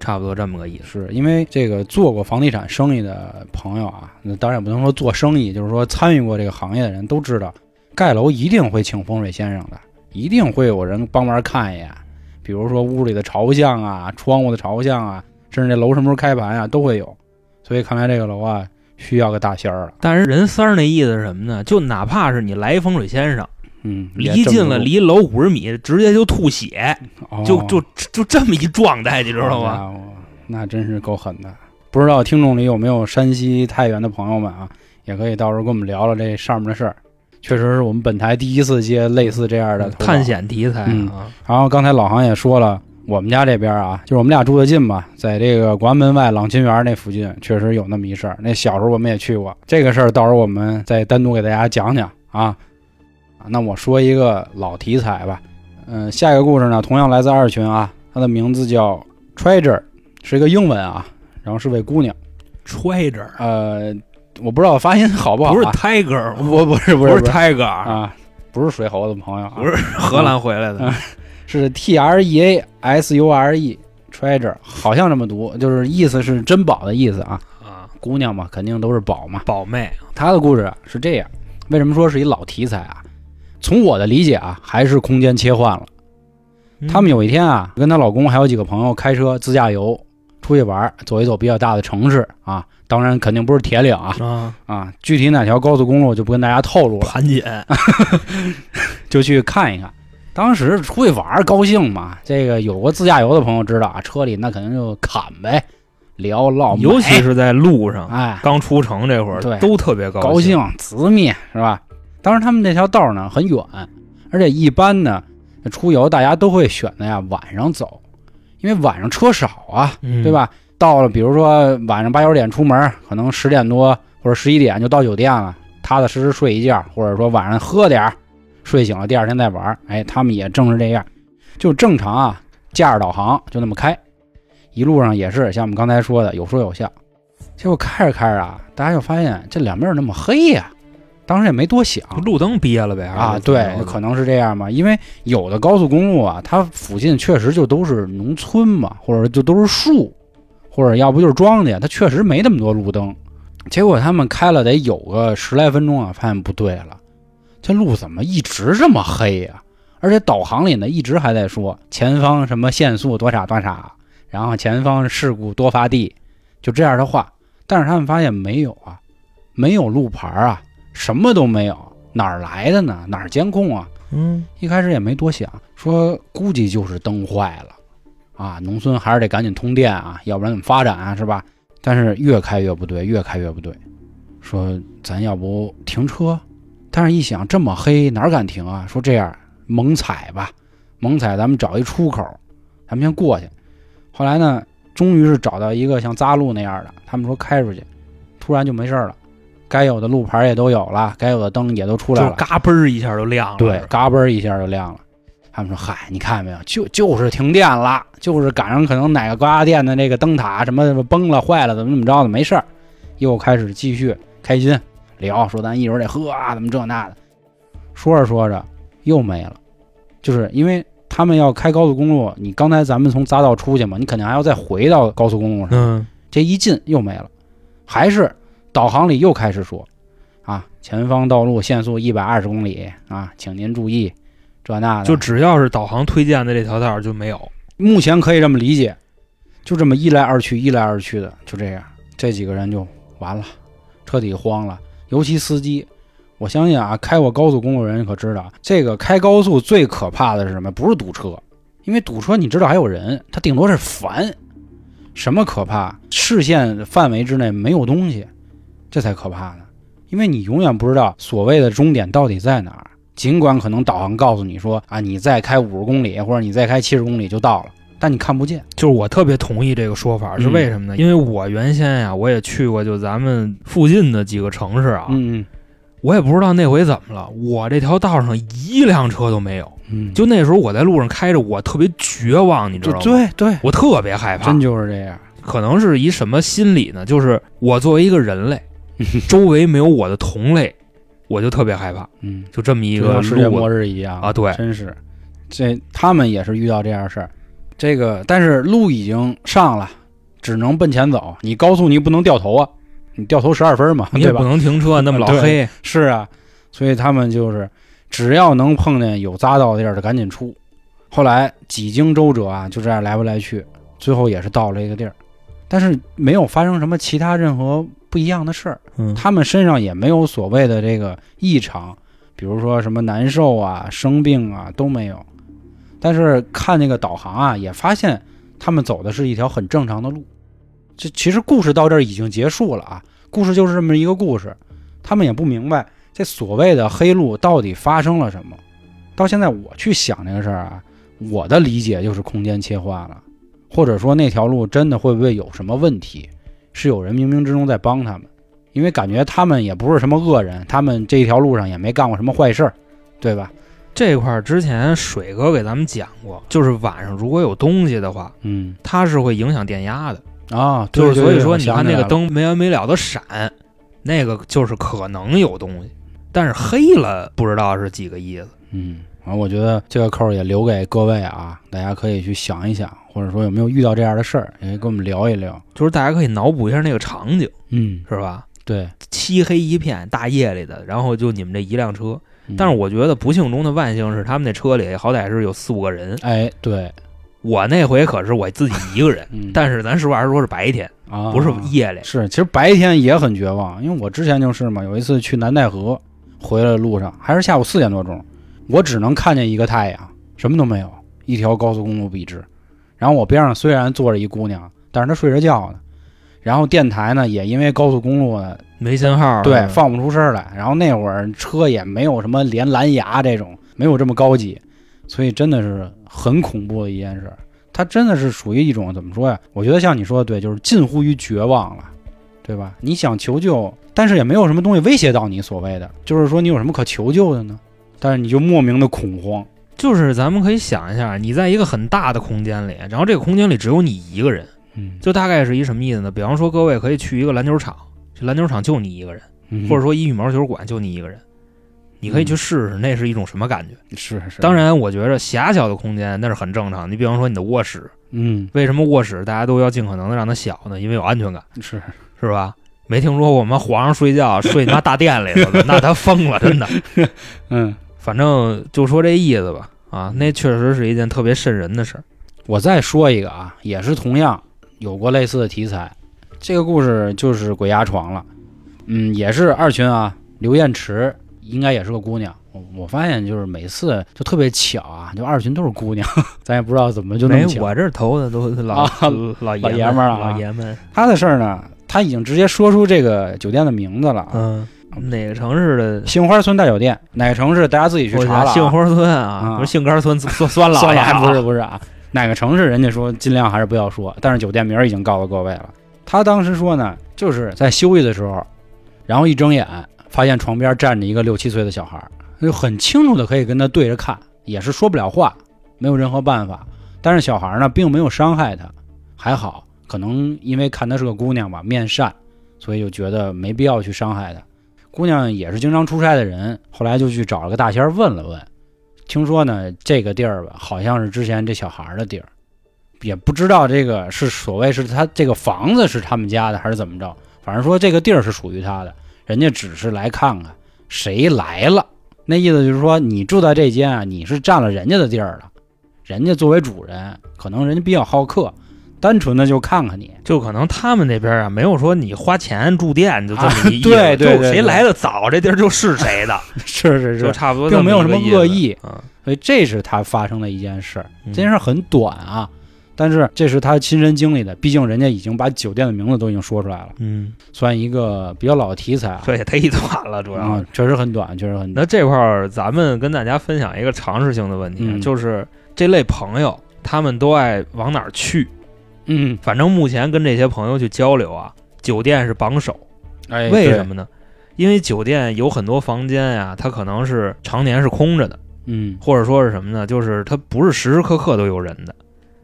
Speaker 4: 差不多这么个意思。
Speaker 1: 是因为这个做过房地产生意的朋友啊，那当然也不能说做生意，就是说参与过这个行业的人都知道，盖楼一定会请风水先生的，一定会有人帮忙看一眼，比如说屋里的朝向啊、窗户的朝向啊，甚至这楼什么时候开盘啊，都会有。所以看来这个楼啊，需要个大仙儿了。
Speaker 4: 但是人三儿那意思是什么呢？就哪怕是你来一风水先生，
Speaker 1: 嗯，
Speaker 4: 离近了，离楼五十米，直接就吐血，就
Speaker 1: 哦
Speaker 4: 就就这么一状态，你
Speaker 1: 你
Speaker 4: 知道吗？？
Speaker 1: 好家伙那真是够狠的。不知道听众里有没有山西太原的朋友们啊，也可以到时候跟我们聊聊这上面的事儿。确实是我们本台第一次接类似这样的嗯投稿
Speaker 4: 探。险题材啊，
Speaker 1: 然后刚才老航也说了，我们家这边啊，就是我们俩住的近嘛，在这个广安门外朗琴园那附近，确实有那么一事儿。那小时候我们也去过，这个事儿到时候我们再单独给大家讲讲啊。啊那我说一个老题材吧，嗯、下一个故事呢，同样来自二群啊，它的名字叫 Treasure，是一个英文啊，然后是位姑娘，
Speaker 4: 揣着
Speaker 1: 呃，我不知道我发音好不好、啊，
Speaker 4: 不是 Tiger，
Speaker 1: 不不是不
Speaker 4: 不
Speaker 1: 是不
Speaker 4: 是
Speaker 1: 是
Speaker 4: Tiger，
Speaker 1: 啊，不是水猴子朋友啊，
Speaker 4: 不是荷兰回来的
Speaker 1: 嗯，是 T R E A S U R E treasure，好像这么读，就是意思是珍宝的意思啊。
Speaker 4: 啊，
Speaker 1: 姑娘嘛，肯定都是宝嘛。
Speaker 4: 宝妹，
Speaker 1: 她的故事啊是这样，为什么说是一老题材啊？从我的理解啊，还是空间切换了。
Speaker 4: 嗯
Speaker 1: 他们有一天啊，跟她老公还有几个朋友开车自驾游出去玩儿，走一走比较大的城市啊，当然肯定不是铁岭啊
Speaker 4: 啊
Speaker 1: 啊，具体哪条高速公路就不跟大家透露了。
Speaker 4: 盘锦，
Speaker 1: 就去看一看。当时出去玩儿高兴嘛，这个有过自驾游的朋友知道啊，车里那肯定就侃呗，聊唠，
Speaker 4: 尤其
Speaker 1: 买
Speaker 4: 是在路上
Speaker 1: 哎
Speaker 4: 刚出城这会儿
Speaker 1: 对，
Speaker 4: 都特别高
Speaker 1: 高
Speaker 4: 兴
Speaker 1: 兴直面是吧？当时他们这条道儿呢很远，而且一般呢出游大家都会选择呀晚上走，因为晚上车少啊，
Speaker 4: 嗯
Speaker 1: 对吧？到了，比如说晚上八九点出门，可能十点多或者十一点就到酒店了，踏踏实实睡一觉，或者说晚上喝点儿，睡醒了第二天再玩儿。哎，他们也正是这样，就正常啊，驾驶导航就那么开，一路上也是像我们刚才说的有说有笑。结果开着开着啊，大家就发现这两边儿那么黑呀、当时也没多想，
Speaker 4: 路灯憋了呗
Speaker 1: 啊，对，可能是这样嘛，因为有的高速公路啊，它附近确实就都是农村嘛，或者就都是树，或者要不就是庄稼，它确实没那么多路灯。结果他们开了得有个十来分钟啊，发现不对了，这路怎么一直这么黑呀、而且导航里呢一直还在说前方什么限速多少多少，然后前方事故多发地，就这样的话。但是他们发现没有啊，没有路牌啊，什么都没有，哪儿来的呢？哪儿监控啊？
Speaker 4: 嗯，
Speaker 1: 一开始也没多想，说估计就是灯坏了，啊，农村还是得赶紧通电啊，要不然怎么发展啊，是吧？但是越开越不对，越开越不对，说咱要不停车？但是一想这么黑，哪儿敢停啊？说这样猛踩吧，猛踩，咱们找一出口，咱们先过去。后来呢，终于是找到一个像匝路那样的，他们说开出去，突然就没事儿了，该有的路牌也都有了，该有的灯也都出来
Speaker 4: 就
Speaker 1: 了，
Speaker 4: 嘎嘣儿一下就亮了，
Speaker 1: 对
Speaker 4: 是，吧
Speaker 1: 嘎嘣儿一下就亮了。他们说：“嗨，你看没有，就就是停电了，就是赶上可能哪个高压电的那个灯塔什么什么崩了、坏了，怎么怎么着的，没事儿。”又开始继续开心聊，说咱一会儿得喝啊，怎么这那的。说着说着又没了，就是因为他们要开高速公路，你刚才咱们从匝道出去嘛，你肯定还要再回到高速公路上。
Speaker 4: 嗯，
Speaker 1: 这一进又没了，还是导航里又开始说，啊，前方道路限速一百二十公里啊，请您注意，这那的，
Speaker 4: 就只要是导航推荐的这条道儿就没有，
Speaker 1: 目前可以这么理解，就这么一来二去，一来二去的，就这样，这几个人就完了，彻底慌了。尤其司机，我相信啊，开过高速公路人可知道，这个开高速最可怕的是什么？不是堵车，因为堵车你知道还有人，他顶多是烦。什么可怕？视线范围之内没有东西，这才可怕呢。因为你永远不知道所谓的终点到底在哪儿。尽管可能导航告诉你说啊，你再开五十公里或者你再开七十公里就到了，但你看不见。
Speaker 4: 就是我特别同意这个说法，
Speaker 1: 嗯
Speaker 4: 是为什么呢？因为我原先呀、我也去过就咱们附近的几个城市啊，
Speaker 1: 嗯
Speaker 4: 我也不知道那回怎么了，我这条道上一辆车都没有。
Speaker 1: 嗯，
Speaker 4: 就那时候我在路上开着，我特别绝望，你知
Speaker 1: 就
Speaker 4: 道吗？
Speaker 1: 对对，
Speaker 4: 我特别害怕
Speaker 1: 真，就是这样。
Speaker 4: 可能是一什么心理呢？就是我作为一个人 类，周围没有我的同类，我就特别害怕，
Speaker 1: 嗯，
Speaker 4: 就这么一
Speaker 1: 就
Speaker 4: 个
Speaker 1: 像世界
Speaker 4: 路
Speaker 1: 末日一样
Speaker 4: 啊，对，
Speaker 1: 真是，这他们也是遇到这样的事儿。这个，但是路已经上了，只能奔前走。你高速你不能掉头啊，你掉头十二分嘛，
Speaker 4: 你也
Speaker 1: 对吧
Speaker 4: 不？能停车，那么老
Speaker 1: 对
Speaker 4: 黑，
Speaker 1: 是啊，所以他们就是只要能碰见有匝道的地儿的赶紧出。后来几经周折啊，就这样来回来去，最后也是到了一个地儿，但是没有发生什么其他任何不一样的事儿，
Speaker 4: 嗯，
Speaker 1: 他们身上也没有所谓的这个异常，比如说什么难受啊、生病啊都没有。但是看那个导航啊，也发现他们走的是一条很正常的路。这其实故事到这儿已经结束了啊，故事就是这么一个故事。他们也不明白这所谓的黑路到底发生了什么。到现在我去想这个事儿啊，我的理解就是空间切换了，或者说那条路真的会不会有什么问题？是有人冥冥之中在帮他们，因为感觉他们也不是什么恶人，他们这一条路上也没干过什么坏事儿，对吧？
Speaker 4: 这块儿之前水哥给咱们讲过，就是晚上如果有东西的话，
Speaker 1: 嗯
Speaker 4: 它是会影响电压的，
Speaker 1: 啊，对
Speaker 4: 就是所
Speaker 1: 对
Speaker 4: 以
Speaker 1: 对
Speaker 4: 说
Speaker 1: 我
Speaker 4: 你
Speaker 1: 想
Speaker 4: 看
Speaker 1: 起
Speaker 4: 那
Speaker 1: 来
Speaker 4: 个
Speaker 1: 了
Speaker 4: 灯没完没了的闪，那个就是可能有东西，但是黑了不知道是几个意思。
Speaker 1: 嗯，完，我觉得这个扣儿也留给各位啊，大家可以去想一想，或者说有没有遇到这样的事儿，也可以跟我们聊一聊。
Speaker 4: 就是大家可以脑补一下那个场景，
Speaker 1: 嗯，
Speaker 4: 是吧？
Speaker 1: 对。
Speaker 4: 漆黑一片，大夜里的，然后就你们这一辆车。
Speaker 1: 嗯
Speaker 4: 但是我觉得不幸中的万幸是，他们那车里好歹是有四五个人，
Speaker 1: 哎，对，。
Speaker 4: 我那回可是我自己一个人
Speaker 1: 嗯，
Speaker 4: 但是咱实话实说，是白天，
Speaker 1: 啊，
Speaker 4: 不是夜里。
Speaker 1: 是，其实白天也很绝望，因为我之前就是嘛，有一次去南戴河，回来的路上还是下午四点多钟，我只能看见一个太阳，什么都没有，一条高速公路笔直。然后我边上虽然坐着一姑娘，但是她睡着觉呢。然后电台呢，也因为高速公路呢，
Speaker 4: 没信号啊了，
Speaker 1: 对，放不出声儿嗯来。然后那会儿车也没有什么连蓝牙这种，没有这么高级，所以真的是很恐怖的一件事儿。它真的是属于一种怎么说呀？我觉得像你说的对，就是近乎于绝望了，对吧？你想求救，但是也没有什么东西威胁到你，所谓的就是说你有什么可求救的呢？但是你就莫名的恐慌，
Speaker 4: 就是咱们可以想一下，你在一个很大的空间里，然后这个空间里只有你一个人，
Speaker 1: 嗯，
Speaker 4: 就大概是一什么意思呢？比方说，各位可以去一个篮球场，去篮球场就你一个人，
Speaker 1: 嗯
Speaker 4: 或者说一羽毛球馆就你一个人，你可以去试试，那是一种什么感觉？
Speaker 1: 是是，
Speaker 4: 当，然，我觉着狭小的空间那是很正常。你比方说你的卧室，
Speaker 1: 嗯，
Speaker 4: 为什么卧室大家都要尽可能的让它小呢？因为有安全感，
Speaker 1: 是
Speaker 4: 是吧？没听说过吗？皇上睡 觉睡 他妈大殿里头的，那他疯了，真的。
Speaker 1: 嗯
Speaker 4: 反正就说这意思吧。啊，那确实是一件特别瘆人的事儿。
Speaker 1: 我再说一个啊，也是同样有过类似的题材。这个故事就是鬼压床了，嗯，也是二群啊，刘艳池应该也是个姑娘。我我发现就是每次就特别巧啊，就二群都是姑娘， 咱也不知道怎么就那
Speaker 4: 没
Speaker 1: 么，巧。
Speaker 4: 我这儿投的都是老、
Speaker 1: 啊
Speaker 4: 老
Speaker 1: 老
Speaker 4: 爷
Speaker 1: 爷们儿
Speaker 4: 儿
Speaker 1: 啊
Speaker 4: 老爷们。
Speaker 1: 他的事儿呢，他已经直接说出这个酒店的名字了啊，
Speaker 4: 嗯，哪个城市的？
Speaker 1: 杏花村大酒店，哪个城市大家自己去
Speaker 4: 我
Speaker 1: 查
Speaker 4: 家
Speaker 1: 了、啊。
Speaker 4: 杏花村啊，
Speaker 1: 啊
Speaker 4: 不是杏干村，酸酸 老
Speaker 1: 算
Speaker 4: 爷
Speaker 1: 了
Speaker 4: 啊
Speaker 1: 啊，不是不是啊，哪个城市人家说尽量还是不要说，但是酒店名儿已经告诉各位了。他当时说呢，就是在休息的时候，然后一睁眼发现床边站着一个六七岁的小孩儿，他就很清楚的可以跟他对着看，也是说不了话，没有任何办法。但是小孩儿呢，并没有伤害他，还好，可能因为看她是个姑娘吧，面善，所以就觉得没必要去伤害她。姑娘也是经常出差的人，后来就去找了个大仙儿问了问，听说呢，这个地儿吧，好像是之前这小孩儿的地儿，也不知道这个是所谓是他这个房子是他们家的还是怎么着，反正说这个地儿是属于他的，人家只是来看看谁来了。那意思就是说，你住在这间啊，你是占了人家的地儿了，人家作为主人，可能人家比较好客，单纯的就看看你。
Speaker 4: 就可能他们那边啊，没有说你花钱住店就这么 一意思，
Speaker 1: 啊对对对
Speaker 4: 就谁
Speaker 1: 对
Speaker 4: 来的早，这地儿就是谁的，
Speaker 1: 是 是
Speaker 4: 就，差不多这
Speaker 1: 并没有
Speaker 4: 一个
Speaker 1: 什么恶
Speaker 4: 思
Speaker 1: 意
Speaker 4: 啊。
Speaker 1: 所以这是他发生的一件事儿。
Speaker 4: 嗯
Speaker 1: 这件事儿很短啊，但是这是他亲身经历的，毕竟人家已经把酒店的名字都已经说出来了，
Speaker 4: 嗯，
Speaker 1: 算一个比较老的题材啊。
Speaker 4: 这也忒短了，主要
Speaker 1: 啊
Speaker 4: 是。，
Speaker 1: 确实很短，确实很短。
Speaker 4: 那这块儿，咱们跟大家分享一个常识性的问题，啊
Speaker 1: 嗯
Speaker 4: 就是这类朋友他们都爱往哪儿去？
Speaker 1: 嗯，
Speaker 4: 反正目前跟这些朋友去交流啊，酒店是榜首。
Speaker 1: 哎，
Speaker 4: 为
Speaker 1: 对
Speaker 4: 什？么呢？因为酒店有很多房间呀、它可能是常年是空着的，
Speaker 1: 嗯
Speaker 4: 或者说是什么呢？就是它不是时时刻刻都有人的。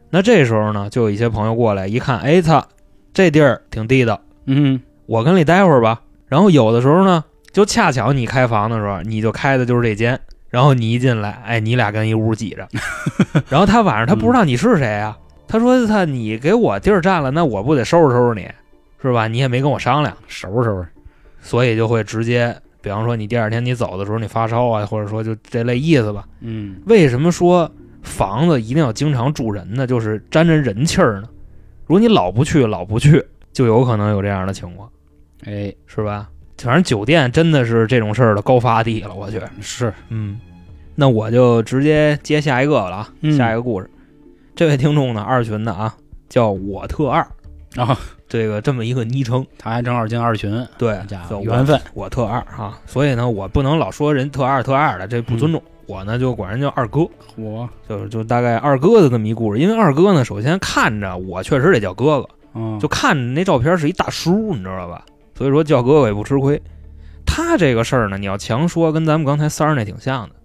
Speaker 4: 那这时候呢，就有一些朋友过来一看，哎操，这地儿挺地道，
Speaker 1: 嗯，
Speaker 4: 我跟里待会儿吧。然后有的时候呢，就恰巧你开房的时候，你就开的就是这间，然后你一进来，哎，你俩跟一屋挤着，然后他晚上他不知道你是谁啊，他说他你给我地儿占了，那我不得收拾收拾你，是吧？你也没跟我商量。
Speaker 1: 收拾收拾。
Speaker 4: 所以就会直接，比方说你第二天你走的时候你发烧啊，或者说就这类意思吧。
Speaker 1: 嗯，
Speaker 4: 为什么说房子一定要经常住人呢？就是沾着人气儿呢。如果你老不去，老不去，就有可能有这样的情况，
Speaker 1: 哎，
Speaker 4: 是吧？反正酒店真的是这种事儿的高发地了，我觉得。
Speaker 1: 是，
Speaker 4: 嗯，那我就直接接下一个了啊，
Speaker 1: 嗯
Speaker 4: 下一个故事。这位听众呢，二群的啊，叫我特二，
Speaker 1: 然后
Speaker 4: 这个这么一个昵称，
Speaker 1: 他还正好进二群，
Speaker 4: 对
Speaker 1: 好，家伙，
Speaker 4: 叫我
Speaker 1: 缘分。
Speaker 4: 我特二啊，所以呢，我不能老说人特二特二的，这不尊重。我呢就管人叫二哥，
Speaker 1: 我，
Speaker 4: 就就大概二哥的这么一故事。因为二哥呢，首先看着我确实得叫哥哥，
Speaker 1: 嗯，
Speaker 4: 就看着那照片是一大叔，你知道吧？所以说叫哥哥也不吃亏。他这个事儿呢，你要强说，跟咱们刚才三儿那挺像的，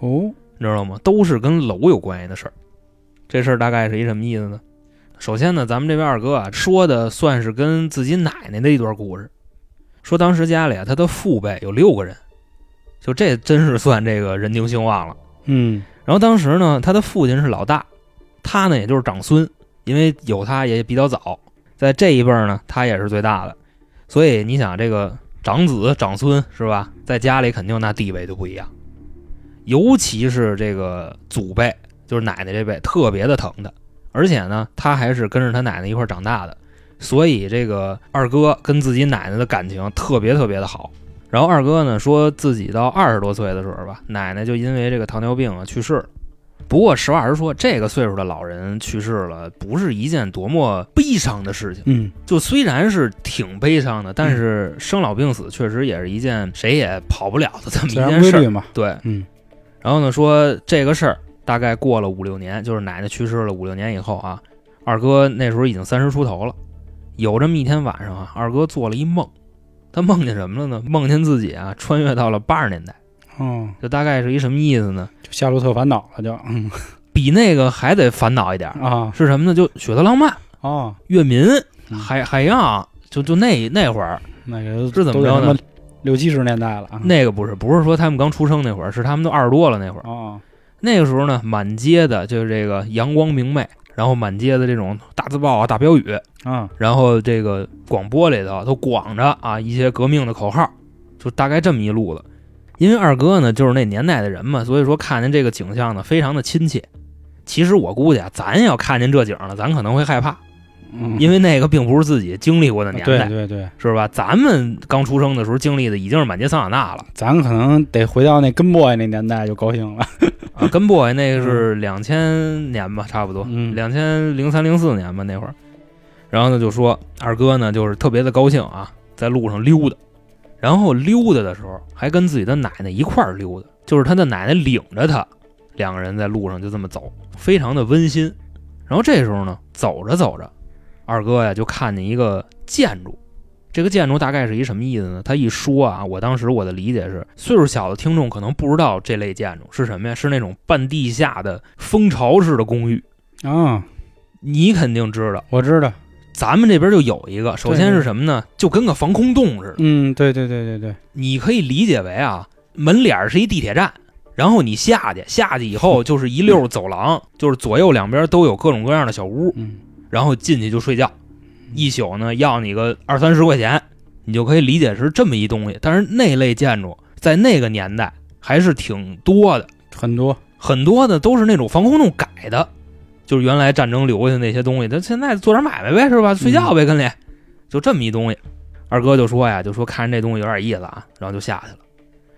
Speaker 1: 哦，
Speaker 4: 你知道吗？都是跟楼有关系的事儿。这事儿大概是一什么意思呢？首先呢，咱们这位二哥啊，说的算是跟自己奶奶的一段故事。说当时家里啊，他的父辈有六个人，就这真是算这个人丁兴旺了。
Speaker 1: 嗯
Speaker 4: 然后当时呢，他的父亲是老大，他呢也就是长孙，因为有他也比较早，在这一辈儿呢，他也是最大的。所以你想，这个长子长孙是吧，在家里肯定那地位就不一样，尤其是这个祖辈，就是奶奶这辈，特别的疼他，而且呢，他还是跟着他奶奶一块儿长大的，所以这个二哥跟自己奶奶的感情特别特别的好。然后二哥呢说自己到二十多岁的时候吧，奶奶就因为这个糖尿病啊去世了。不过实话实说，这个岁数的老人去世了，不是一件多么悲伤的事情。
Speaker 1: 嗯，
Speaker 4: 就虽然是挺悲伤的，但是生老病死确实也是一件谁也跑不了的这么一
Speaker 1: 自
Speaker 4: 件
Speaker 1: 然
Speaker 4: 事
Speaker 1: 规
Speaker 4: 儿。
Speaker 1: 律嘛。
Speaker 4: 对，
Speaker 1: 嗯
Speaker 4: 然后呢说这个事儿大概过了五六年，就是奶奶去世了五六年以后啊，二哥那时候已经三十出头了。有这么一天晚上啊，二哥做了一梦，他梦见什么了呢？梦见自己啊穿越到了八十年代，
Speaker 1: 哦，
Speaker 4: 就大概是一什么意思呢？
Speaker 1: 就夏洛特烦恼了，就嗯
Speaker 4: 比那个还得烦恼一点儿，
Speaker 1: 啊
Speaker 4: 是什么呢？就雪的浪漫、
Speaker 1: 哦，
Speaker 4: 月民、
Speaker 1: 嗯
Speaker 4: 海海洋，就就那那会儿，
Speaker 1: 那个
Speaker 4: 这怎么
Speaker 1: 都得
Speaker 4: 着呢
Speaker 1: 他妈六七十年代了啊。
Speaker 4: 那个不是，不是说他们刚出生那会儿，是他们都二十多了那会儿。
Speaker 1: 哦，
Speaker 4: 那个时候呢，满街的就是这个阳光明媚，然后满街的这种大字报啊、大标语，
Speaker 1: 啊，
Speaker 4: 然后这个广播里头都广着啊一些革命的口号，就大概这么一路子。因为二哥呢就是那年代的人嘛，所以说看见这个景象呢非常的亲切。其实我估计啊，咱要看见这景儿了，咱可能会害怕，
Speaker 1: 嗯
Speaker 4: 因为那个并不是自己经历过的年
Speaker 1: 对
Speaker 4: 代，
Speaker 1: 对对，
Speaker 4: 是吧？咱们刚出生的时候经历的已经是满街桑塔纳了
Speaker 1: 咱可能得回到那跟 boy 那年代就高兴了。
Speaker 4: 啊，跟 boy 那个是两千年吧，差不多，
Speaker 1: 嗯
Speaker 4: 两千零三零四年吧那会儿。然后呢，就说二哥呢就是特别的高兴啊，在路上溜达，然后溜达的时候还跟自己的奶奶一块儿溜达，就是他的奶奶领着他，两个人在路上就这么走，非常的温馨。然后这时候呢，走着走着，二哥呀就看见一个建筑，这个建筑大概是一什么意思呢？他一说啊，我当时我的理解是，岁数小的听众可能不知道这类建筑是什么呀，是那种半地下的蜂巢式的公寓，
Speaker 1: 啊，
Speaker 4: 你肯定知道。
Speaker 1: 我知道，
Speaker 4: 咱们这边就有一个，首先是什么呢？就跟个防空洞似的，
Speaker 1: 嗯，对对对对对，
Speaker 4: 你可以理解为啊，门脸儿是一地铁站，然后你下去，下去以后就是一溜走廊，就是左右两边都有各种各样的小屋，
Speaker 1: 嗯，
Speaker 4: 然后进去就睡觉，一宿呢要你个二三十块钱，你就可以理解是这么一东西。但是那类建筑在那个年代还是挺多的，
Speaker 1: 很多，
Speaker 4: 很多的都是那种防空洞改的，就是原来战争留下的那些东西，他现在做点买卖呗，是吧？睡觉呗，跟里就这么一东西。二哥就说呀，就说看着这东西有点意思啊，然后就下去了。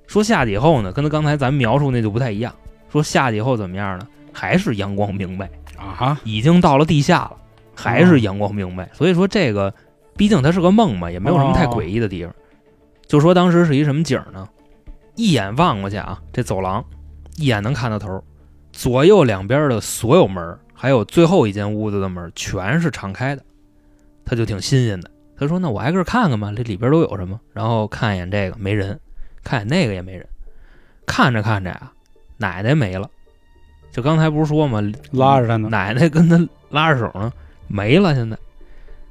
Speaker 4: 说下去以后呢，跟他刚才咱描述那就不太一样。说下去以后怎么样呢？还是阳光明媚，
Speaker 1: 啊，
Speaker 4: 已经到了地下了，还是阳光
Speaker 1: 哦
Speaker 4: 明媚。所以说这个，毕竟它是个梦嘛，也没有什么太诡异的
Speaker 1: 哦
Speaker 4: 地方。就说当时是一什么景儿呢？一眼望过去啊，这走廊一眼能看到头儿，左右两边的所有门儿，还有最后一间屋子的门儿全是敞开的，他就挺新鲜的。他说：“那我挨个看看吧，这里边都有什么？”然后看一眼这个没人，看一眼那个也没人，看着看着啊，奶奶没了。就刚才不是说嘛，
Speaker 1: 拉着他呢，
Speaker 4: 奶奶跟他拉着手呢，没了。现在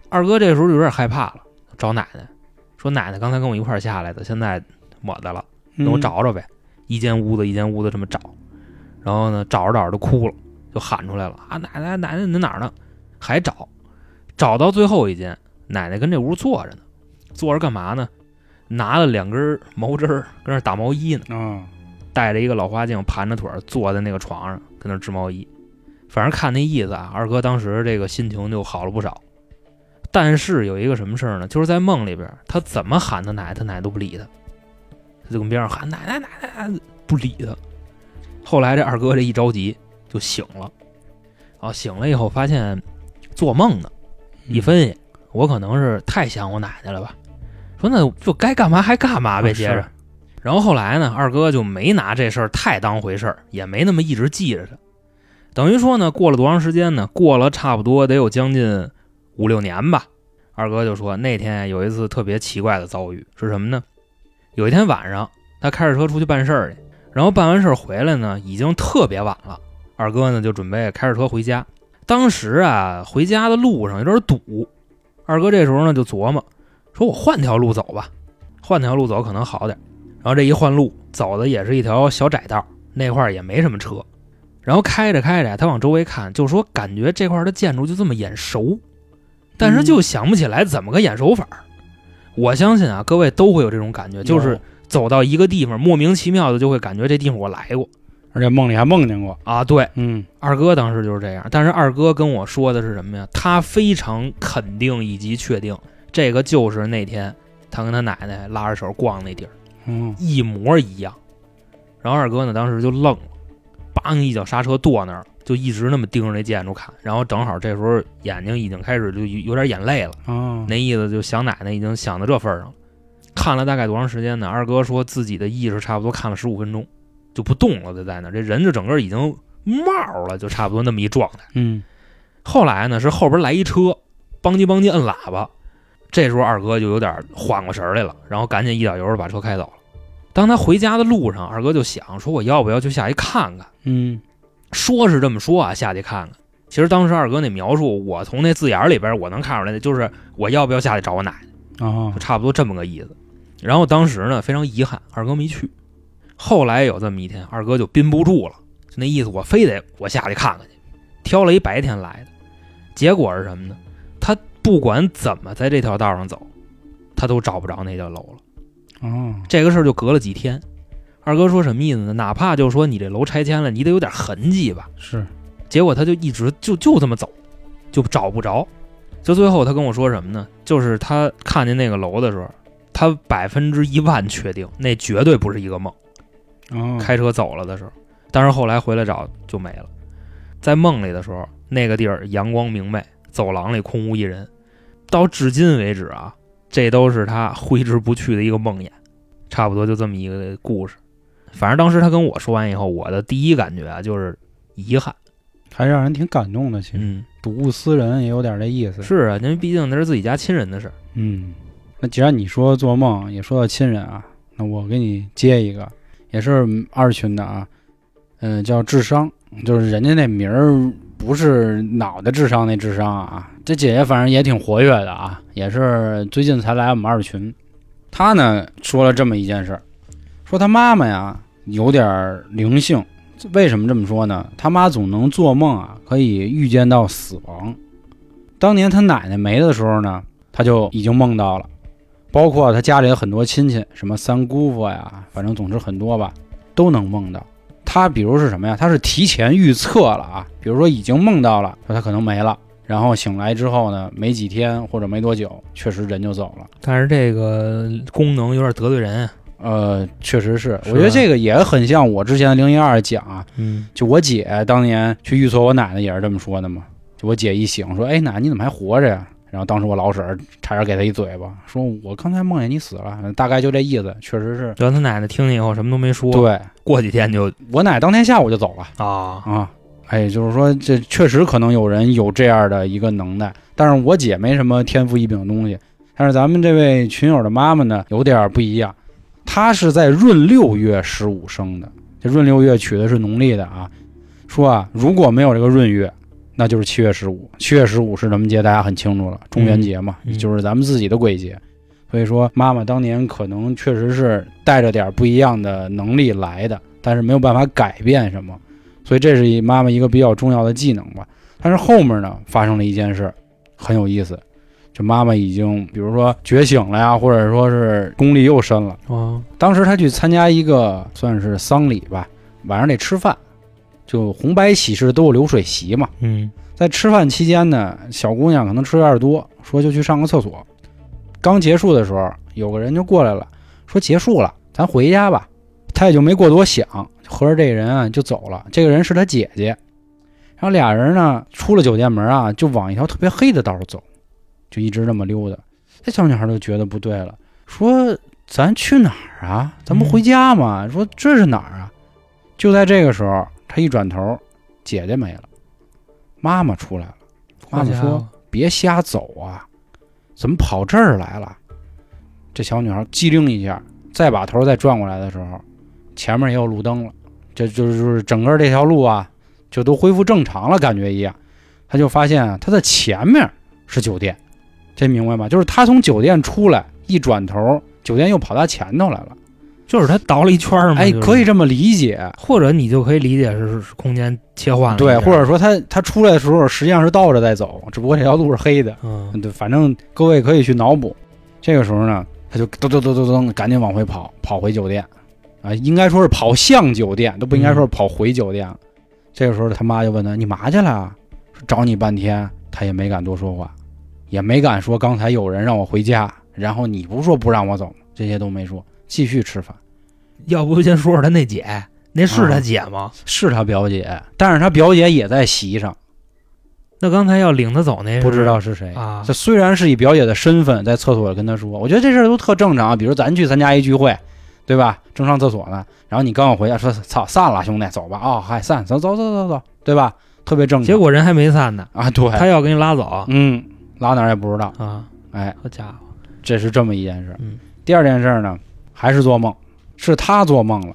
Speaker 4: 二哥这时候就有点害怕了，找奶奶说：“奶奶刚才跟我一块儿下来的，现在没的了，
Speaker 1: 嗯
Speaker 4: 等我，找找呗。一间屋子一间屋子这么找，然后呢，找着找着就哭了，就喊出来了啊！奶奶，奶奶，你哪儿呢？还找，找到最后一间，奶奶跟这屋坐着呢，坐着干嘛呢？拿了两根毛针儿，跟那儿打毛衣呢。
Speaker 1: 啊，
Speaker 4: 戴着一个老花镜，盘着腿儿坐在那个床上，跟那儿织毛衣。反正看那意思啊，二哥当时这个心情就好了不少。但是有一个什么事儿呢？就是在梦里边儿，他怎么喊他奶奶，他奶奶都不理他，他就跟边上喊奶奶奶奶，奶奶不理他。后来这二哥这一着急就醒了，啊，醒了以后发现做梦呢。一
Speaker 1: 分
Speaker 4: 分析，我可能是太想我奶奶了吧，说那就该干嘛还干嘛呗，
Speaker 1: 啊
Speaker 4: 接
Speaker 1: 是
Speaker 4: 着。然后后来呢，二哥就没拿这事儿太当回事儿，也没那么一直记着他。等于说呢，过了多长时间呢？过了差不多得有将近五六年吧。二哥就说那天有一次特别奇怪的遭遇是什么呢？有一天晚上，他开着车出去办事儿去，然后办完事儿回来呢，已经特别晚了。二哥呢就准备开着车回家，当时啊，回家的路上有点堵，二哥这时候呢就琢磨，说我换条路走吧，换条路走可能好点儿。然后这一换路，走的也是一条小窄道，那块儿也没什么车。然后开着开着，他往周围看，就说感觉这块儿的建筑就这么眼熟，但是就想不起来怎么个眼熟法儿。我相信啊，各位都会有这种感觉，就是走到一个地方，莫名其妙的就会感觉这地方我来过
Speaker 1: 而且梦里还梦见过，
Speaker 4: 啊。对，
Speaker 1: 嗯，
Speaker 4: 二哥当时就是这样，但是二哥跟我说的是什么呀？他非常肯定以及确定，这个就是那天他跟他奶奶拉着手逛那地儿
Speaker 1: 嗯，
Speaker 4: 一模一样。然后二哥呢，当时就愣了，梆一脚刹车跺那儿了，就一直那么盯着那建筑看。然后正好这时候眼睛已经开始就有有点眼泪了，
Speaker 1: 啊，
Speaker 4: 那意思就想奶奶已经想到这份儿上了。看了大概多长时间呢？二哥说自己的意识差不多看了十五分钟，就不动了，就在那儿，这人就整个已经冒了，就差不多那么一状态。
Speaker 1: 嗯，
Speaker 4: 后来呢，是后边来一车，邦叽邦叽摁喇叭，这时候二哥就有点缓过神儿来了，然后赶紧一脚油就把车开走了。当他回家的路上，二哥就想说，我要不要去下去看看？
Speaker 1: 嗯，
Speaker 4: 说是这么说啊，下去看看。其实当时二哥那描述，我从那字眼儿里边儿我能看出来的，就是我要不要下去找我奶奶。
Speaker 1: 啊
Speaker 4: 就，差不多这么个意思。然后当时呢，非常遗憾，二哥没去。后来有这么一天，二哥就憋不住了，就那意思，我非得我下去看看去。挑了一白天来的，结果是什么呢？他不管怎么在这条道上走，他都找不着那条楼了。
Speaker 1: 啊，
Speaker 4: 这个事儿就隔了几天，二哥说什么意思呢？哪怕就说你这楼拆迁了，你得有点痕迹吧。
Speaker 1: 是
Speaker 4: 结果他就一直就就这么走，就找不着。就最后他跟我说什么呢？就是他看见那个楼的时候，他百分之一万确定那绝对不是一个梦。
Speaker 1: 哦，
Speaker 4: 开车走了的时候，但是后来回来找就没了。在梦里的时候，那个地儿阳光明媚，走廊里空无一人。到至今为止啊，这都是他挥之不去的一个梦魇。差不多就这么一个故事。反正当时他跟我说完以后，我的第一感觉啊就是遗憾。
Speaker 1: 还让人挺感动的。其实
Speaker 4: 嗯，
Speaker 1: 睹物思人也有点这意思。
Speaker 4: 是啊，因为毕竟那是自己家亲人的事儿。
Speaker 1: 嗯，那既然你说做梦也说到亲人啊，那我给你接一个，也是二群的啊，嗯、叫智商，就是人家那名儿不是脑袋智商那智商啊。这姐姐反正也挺活跃的啊，也是最近才来我们二群。她呢说了这么一件事儿，说她妈妈呀有点儿灵性，为什么这么说呢？她妈总能做梦啊，可以预见到死亡。当年她奶奶没的时候呢，他就已经梦到了，包括他家里的很多亲戚，什么三姑父呀，反正总之很多吧，都能梦到。他比如是什么呀？他是提前预测了啊，比如说已经梦到了，说他可能没了，然后醒来之后呢，没几天或者没多久，确实人就走了。
Speaker 4: 但是这个功能有点得罪人。啊
Speaker 1: 呃，确实是，
Speaker 4: 是
Speaker 1: 我觉得
Speaker 4: 吧
Speaker 1: 这个也很像我之前零一二讲啊，
Speaker 4: 嗯，
Speaker 1: 就我姐当年去预测我奶奶也是这么说的嘛。就我姐一醒说：“哎，奶，你怎么还活着呀？”然后当时我老婶儿差点给她一嘴巴，说：“我刚才梦见你死了。”大概就这意思，确实是。
Speaker 4: 然后他奶奶听见以后什么都没说，
Speaker 1: 对
Speaker 4: 过几天就
Speaker 1: 我奶当天下午就走了
Speaker 4: 啊，
Speaker 1: 啊。哎，就是说这确实可能有人有这样的一个能耐，但是我姐没什么天赋异禀的东西。但是咱们这位群友的妈妈呢，有点儿不一样，她是在闰六月十五生的，这闰六月取的是农历的啊。说啊，如果没有这个闰月，那就是七月十五。七月十五是什么节？大家很清楚了，中元节嘛，
Speaker 4: 嗯嗯
Speaker 1: 就是咱们自己的鬼节。所以说，妈妈当年可能确实是带着点不一样的能力来的，但是没有办法改变什么，所以这是一妈妈一个比较重要的技能吧。但是后面呢，发生了一件事，很有意思。就妈妈已经，比如说觉醒了呀，或者说是功力又深了。
Speaker 4: 哦，
Speaker 1: 当时他去参加一个算是丧礼吧，晚上得吃饭，就红白喜事都有流水席嘛。
Speaker 4: 嗯，
Speaker 1: 在吃饭期间呢，小姑娘可能吃有点多，说就去上个厕所。刚结束的时候，有个人就过来了，说结束了，咱回家吧。她也就没过多想，合着这人啊就走了。这个人是她姐姐，然后俩人呢出了酒店门啊，就往一条特别黑的道儿走，就一直这么溜达。这小女孩就觉得不对了，说咱去哪儿啊？咱不回家吗？说这是哪儿啊？就在这个时候，她一转头，姐姐没了，妈妈出来了。妈妈说，别瞎走啊，怎么跑这儿来了？这小女孩机灵一下，再把头再转过来的时候，前面也有路灯了，这就是就是整个这条路啊，就都恢复正常了，感觉一样。她就发现啊，她的前面是酒店，这明白吗？就是她从酒店出来，一转头，酒店又跑她前头来了。
Speaker 4: 就是他倒了一圈儿嘛，
Speaker 1: 哎，
Speaker 4: 就是
Speaker 1: 可以，这么理解，啊
Speaker 4: 或者你就可以理解是是空间切换了一下，
Speaker 1: 对，或者说她她出来的时候实际上是倒着在走，只不过这条路是黑的。
Speaker 4: 嗯，
Speaker 1: 对，反正各位可以去脑补。这个时候呢，他就噔噔噔噔噔，赶紧往回跑，跑回酒店啊，应该说是跑向酒店，都不应该说是跑回酒店了。这个时候他妈就问他：“你嘛去了？”啊说找你半天，他也没敢多说话，也没敢说刚才有人让我回家，然后你不是说不让我走吗？这些都没说，继续吃饭。
Speaker 4: 要不先说说他那姐，那是他姐吗？
Speaker 1: 是他表姐，但是他表姐也在席上，
Speaker 4: 那刚才要领他走那是
Speaker 1: 不知道是谁。
Speaker 4: 啊
Speaker 1: 这，虽然是以表姐的身份在厕所里跟她说，我觉得这事儿都特正常啊。比如咱去参加一聚会，对吧？正上厕所呢，然后你刚要回家，说操散了，兄弟，走吧，哦，嗨，散，走走走走走，对吧？特别正常。
Speaker 4: 结果人还没散呢，
Speaker 1: 啊，对，
Speaker 4: 他要给你拉走
Speaker 1: 嗯，拉哪儿也不知道。
Speaker 4: 啊，
Speaker 1: 哎，
Speaker 4: 好家伙，
Speaker 1: 这是这么一件事。
Speaker 4: 嗯
Speaker 1: 第二件事呢，还是做梦，是他做梦了，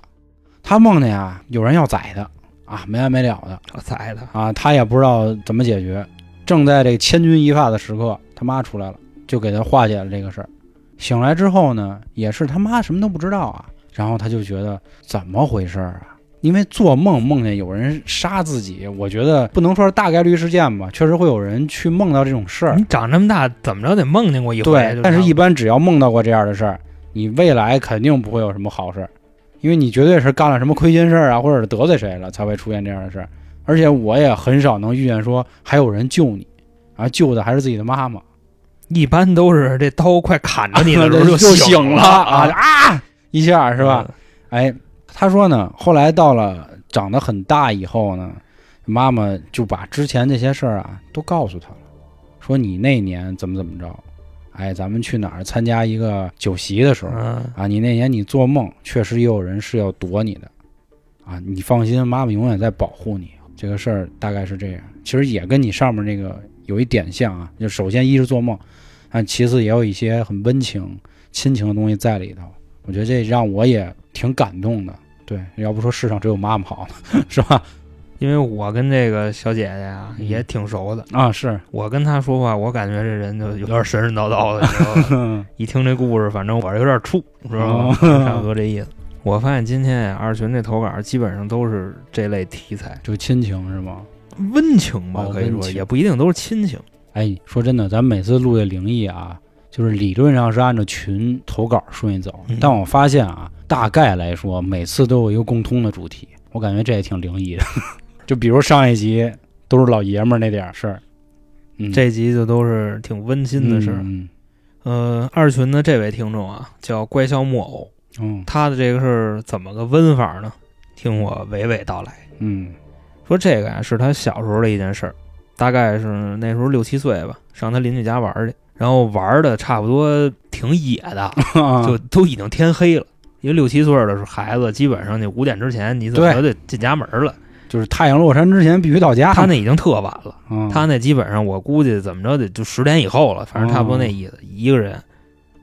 Speaker 1: 他梦见啊有人要宰他啊，没完没了的。
Speaker 4: 好宰他，
Speaker 1: 啊，他也不知道怎么解决。正在这千钧一发的时刻，他妈出来了，就给他化解了这个事儿。醒来之后呢，也是他妈什么都不知道啊，然后他就觉得怎么回事儿啊？因为做梦梦见有人杀自己，我觉得不能说是大概率事件吧，确实会有人去梦到这种事儿
Speaker 4: 你。长这么大怎么着得梦见过一回，
Speaker 1: 对
Speaker 4: 就，
Speaker 1: 但是
Speaker 4: 这
Speaker 1: 一
Speaker 4: 样
Speaker 1: 般只要梦到过这样的事儿，你未来肯定不会有什么好事儿，因因为你绝对是干了什么亏心事儿啊，或者是得罪谁了才会出现这样的事儿。而且我也很少能遇见说还有人救你，啊，救的还是自己的妈妈，
Speaker 4: 一般都是这刀快砍着你的时候
Speaker 1: 就
Speaker 4: 醒
Speaker 1: 了啊啊一下是吧？
Speaker 4: 嗯？
Speaker 1: 哎，他说呢，后来到了长得很大以后呢，妈妈就把之前这些事儿啊都告诉他了，说你那年怎么怎么着，哎，咱们去哪儿参加一个酒席的时候
Speaker 4: 嗯，
Speaker 1: 啊，你那年你做梦确实也有人是要躲你的，啊，你放心，妈妈永远在保护你。这个事儿大概是这样，其实也跟你上面那个有一点像啊，就首先一是做梦，啊，其次也有一些很温情、亲情的东西在里头。我觉得这让我也挺感动的。对，要不说世上只有妈妈好呢， 是吧？
Speaker 4: 因为我跟这个小姐姐啊
Speaker 1: 嗯
Speaker 4: 也挺熟的，
Speaker 1: 啊，是，
Speaker 4: 我跟她说话，我感觉这人就有点神神叨叨的，你知道吧？ 一听这故事，反正我是有点怵，知道吧？
Speaker 1: 嗯
Speaker 4: 差不多这意思。我发现今天呀，二群这投稿基本上都是这类题材，
Speaker 1: 就亲情是吗？
Speaker 4: 温情吧
Speaker 1: 哦，
Speaker 4: 可以
Speaker 1: 温
Speaker 4: 说
Speaker 1: 情
Speaker 4: 也不一定都是亲情。
Speaker 1: 哎，说真的，咱每次录这灵异啊，就是理论上是按照群投稿顺序走
Speaker 4: 嗯，
Speaker 1: 但我发现啊，大概来说，每次都有一个共通的主题，我感觉这也挺灵异的。 就比如上一集都是老爷们儿那点儿事儿，嗯，
Speaker 4: 这集就都是挺温馨的事儿。
Speaker 1: 嗯
Speaker 4: 呃，二群的这位听众啊，叫乖笑木偶，
Speaker 1: 嗯
Speaker 4: 他的这个事儿怎么个温法呢？听我娓娓道来，
Speaker 1: 嗯
Speaker 4: 说这个呀、是他小时候的一件事儿，大概是那时候六七岁吧，上他邻居家玩儿去，然后玩儿的差不多挺野的，
Speaker 1: 嗯，
Speaker 4: 就都已经天黑了。因为六七岁的时候，孩子基本上就五点之前，你怎么
Speaker 1: 对
Speaker 4: 着得进家门了。
Speaker 1: 就是太阳落山之前必须到家。
Speaker 4: 他那已经特晚了，
Speaker 1: 嗯
Speaker 4: 他那基本上我估计怎么着得就十点以后了，反正差不多那意思，一个人，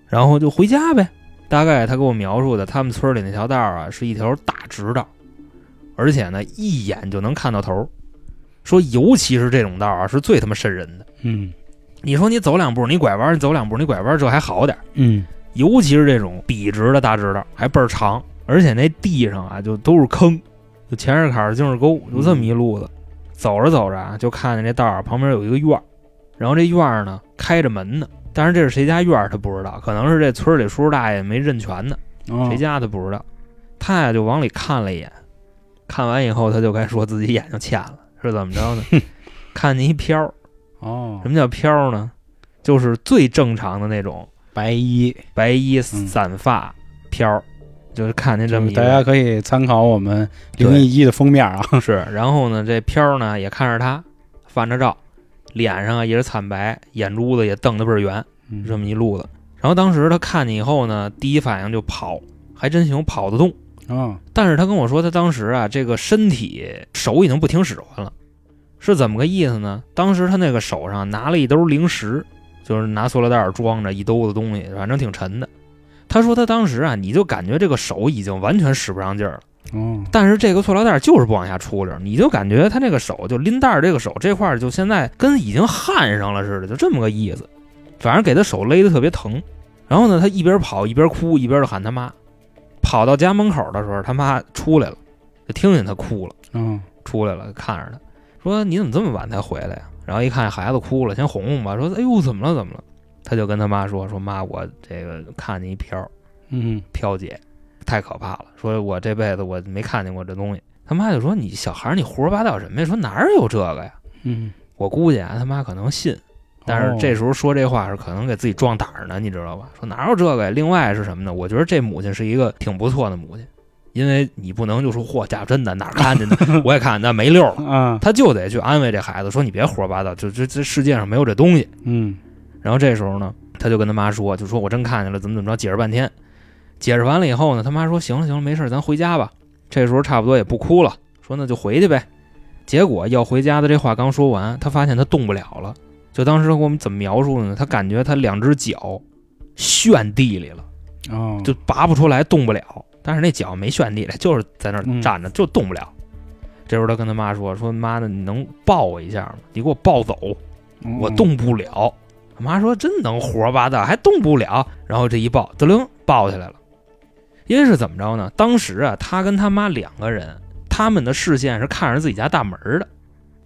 Speaker 4: 然后就回家呗。大概他给我描述的，他们村里那条道啊，是一条大直道，而且呢一眼就能看到头。说尤其是这种道啊，是最他妈瘆人的。
Speaker 1: 嗯
Speaker 4: 你说你走两步，你拐弯，你走两步，你拐弯，这还好点儿。
Speaker 1: 嗯
Speaker 4: 尤其是这种笔直的大直道，还倍儿长，而且那地上啊就都是坑，就前是坎儿，就是沟，就这么一路子。走着走着啊，就看见这道儿旁边有一个院儿，然后这院儿呢开着门呢，但是这是谁家院儿他不知道，可能是这村儿里叔叔大爷没认全呢，
Speaker 1: 嗯
Speaker 4: 谁家他不知道。他呀就往里看了一眼，看完以后他就该说自己眼睛欠了，是怎么着呢？看见一飘儿，
Speaker 1: 哦
Speaker 4: 什么叫飘儿呢？就是最正常的那种，
Speaker 1: 白衣，
Speaker 4: 白衣散发飘儿，就是看见这么一
Speaker 1: 嗯大家
Speaker 4: 个
Speaker 1: 可以参考我们灵异一的封面啊。
Speaker 4: 是。然后呢，这飘儿呢也看着他，翻着照，脸上啊也是惨白，眼珠子也瞪得倍儿圆，
Speaker 1: 嗯
Speaker 4: 这么一路子。然后当时他看见以后呢，第一反应就跑，还真行，跑得动。
Speaker 1: 嗯
Speaker 4: 但是他跟我说，他当时啊，这个身体手已经不听使唤了，是怎么个意思呢？当时他那个手上拿了一兜零食，就是拿塑料袋装着一兜子东西，反正挺沉的。他说他当时啊，你就感觉这个手已经完全使不上劲儿了，
Speaker 1: 嗯
Speaker 4: 但是这个塑料袋就是不往下出溜儿，你就感觉他这个手就拎袋儿这个手这块儿就现在跟已经焊上了似的，就这么个意思。反正给他手勒得特别疼。然后呢，他一边跑一边哭，一边就喊他妈。跑到家门口的时候，他妈出来了，就听见他哭了，
Speaker 1: 嗯
Speaker 4: 出来了，看着他说：“你怎么这么晚才回来呀、然后一看孩子哭了，先哄哄吧。说：“哎呦，怎么了？怎么了？”他就跟他妈说：“说妈，我这个看见一飘。”
Speaker 1: 嗯
Speaker 4: 飘姐，太可怕了。说我这辈子我没看见过这东西。他妈就说你小孩儿你胡说八道什么呀？说哪儿有这个呀？
Speaker 1: 嗯，
Speaker 4: 我估计啊，他妈可能信，但是这时候说这话是可能给自己壮胆儿呢，你知道吧？说哪有这个呀？另外是什么呢？我觉得这母亲是一个挺不错的母亲，因为你不能就说嚯，假真的哪儿看见的，我也看见那没溜儿，
Speaker 1: 啊
Speaker 4: 他就得去安慰这孩子，说你别胡说八道，就这这世界上没有这东西。
Speaker 1: 嗯
Speaker 4: 然后这时候呢，他就跟他妈说，就说我真看见了，怎么怎么着，解释半天，解释完了以后呢，他妈说行了行了，没事儿，咱回家吧。这时候差不多也不哭了，说那就回去呗。结果要回家的这话刚说完，他发现他动不了了。就当时我们怎么描述呢？他感觉他两只脚陷地里了，
Speaker 1: 哦，
Speaker 4: 就拔不出来，动不了。但是那脚没陷地里，就是在那儿
Speaker 1: 嗯
Speaker 4: 站着，就动不了。这时候他跟他妈说：“说妈的，你能抱我一下吗？你给我抱走。”我
Speaker 1: 嗯
Speaker 4: 动不了。我妈说真能胡说八道，还动不了。然后这一抱，得灵抱起来了。因为是怎么着呢？当时啊，他跟他妈两个人，他们的视线是看着自己家大门的。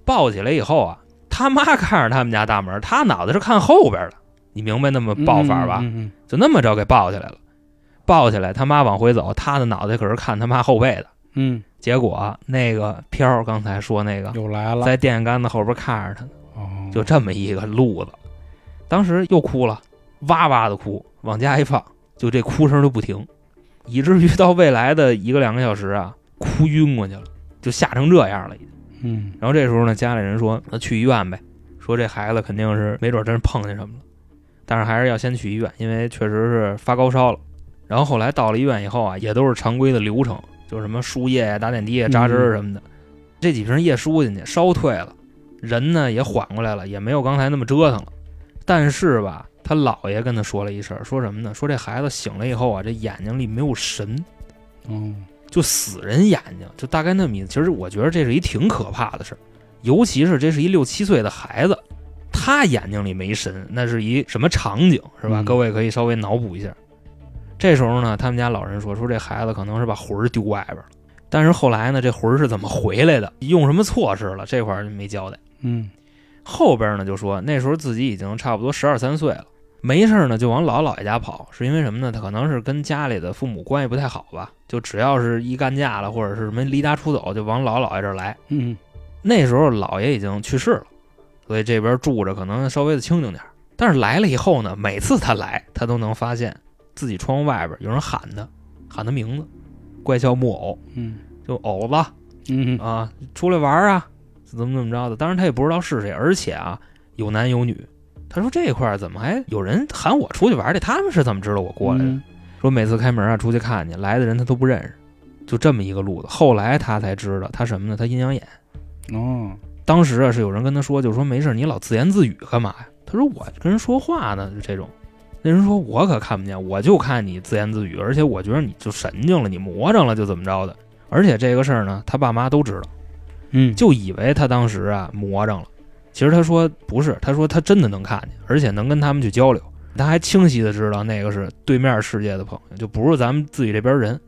Speaker 4: 抱起来以后啊，他妈看着他们家大门，他脑袋是看后边的。你明白那么抱法吧？
Speaker 1: 嗯
Speaker 4: 就那么着给抱起来了。抱起来，他妈往回走，他的脑袋可是看他妈后背的。
Speaker 1: 嗯，
Speaker 4: 结果啊那个飘儿刚才说那个
Speaker 1: 又来了，
Speaker 4: 在电线杆子后边看着他呢，
Speaker 1: 哦，
Speaker 4: 就这么一个路子，当时又哭了，哇哇的哭，往家一放，就这哭声就不停，以至于到未来的一个两个小时啊，哭晕过去了，就吓成这样了已经。
Speaker 1: 嗯
Speaker 4: 然后这时候呢，家里人说那去医院呗，说这孩子肯定是没准真是碰见什么了，但是还是要先去医院，因为确实是发高烧了。然后后来到了医院以后啊，也都是常规的流程，就是什么输液呀、打点滴啊、扎针儿什么的。这几瓶液输进去，烧退了，人呢也缓过来了，也没有刚才那么折腾了。但是吧，他姥爷跟他说了一声，说什么呢？说这孩子醒了以后啊，这眼睛里没有神，
Speaker 1: 哦，
Speaker 4: 就死人眼睛，就大概那么意思。其实我觉得这是一挺可怕的事儿，尤其是这是一六七岁的孩子，他眼睛里没神，那是一什么场景是吧？
Speaker 1: 嗯
Speaker 4: 各位可以稍微脑补一下。这时候呢，他们家老人说说这孩子可能是把魂儿丢外边了，但是后来呢，这魂儿是怎么回来的，用什么措施了，这块儿就没交代。
Speaker 1: 嗯
Speaker 4: 后边呢就说那时候自己已经差不多十二三岁了，没事儿呢就往姥姥姥爷家跑，是因为什么呢？他可能是跟家里的父母关系不太好吧，就只要是一干架了或者是什么离家出走，就往姥姥姥爷这儿来。
Speaker 1: 嗯
Speaker 4: 那时候姥爷已经去世了，所以这边住着可能稍微的清静点儿。但是来了以后呢，每次他来，他都能发现自己窗户外边有人喊他，喊他名字，怪叫木偶，
Speaker 1: 嗯
Speaker 4: 就偶子，
Speaker 1: 嗯
Speaker 4: 啊，出来玩儿啊，怎么怎么着的。当然他也不知道是谁，而且啊，有男有女。他说这块儿怎么还有人喊我出去玩儿去？他们是怎么知道我过来的？
Speaker 1: 嗯
Speaker 4: 说每次开门啊出去看去，来的人他都不认识，就这么一个路子。后来他才知道，他什么呢？他阴阳眼。
Speaker 1: 哦，
Speaker 4: 当时啊是有人跟他说，就说没事儿，你老自言自语干嘛呀？他说我跟人说话呢，就这种。那人说我可看不见，我就看你自言自语，而且我觉得你就神经了，你魔怔了，就怎么着的。而且这个事儿呢，他爸妈都知道。
Speaker 1: 嗯
Speaker 4: 就以为他当时啊魔怔了。其实他说不是，他说他真的能看见，而且能跟他们去交流。他还清晰的知道那个是对面世界的朋友，就不是咱们自己这边人。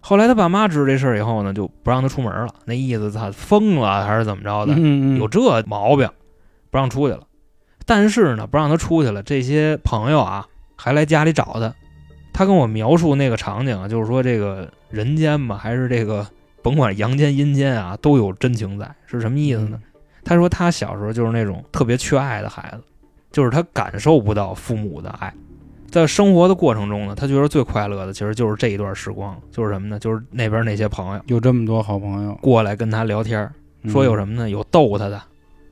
Speaker 4: 后来他爸妈知道这事儿以后呢，就不让他出门了，那意思他疯了还是怎么着的，
Speaker 1: 嗯嗯
Speaker 4: 有这毛病，不让出去了。但是呢，不让他出去了，这些朋友啊还来家里找他。他跟我描述那个场景啊，就是说这个人间嘛，还是这个甭管阳间阴间啊，都有真情在，是什么意思呢？？他说他小时候就是那种特别缺爱的孩子，就是他感受不到父母的爱。在生活的过程中呢，他觉得最快乐的其实就是这一段时光，就是什么呢？就是那边那些朋友
Speaker 1: 有这么多好朋友，
Speaker 4: 过来跟他聊天儿，说有什么呢？有逗他的，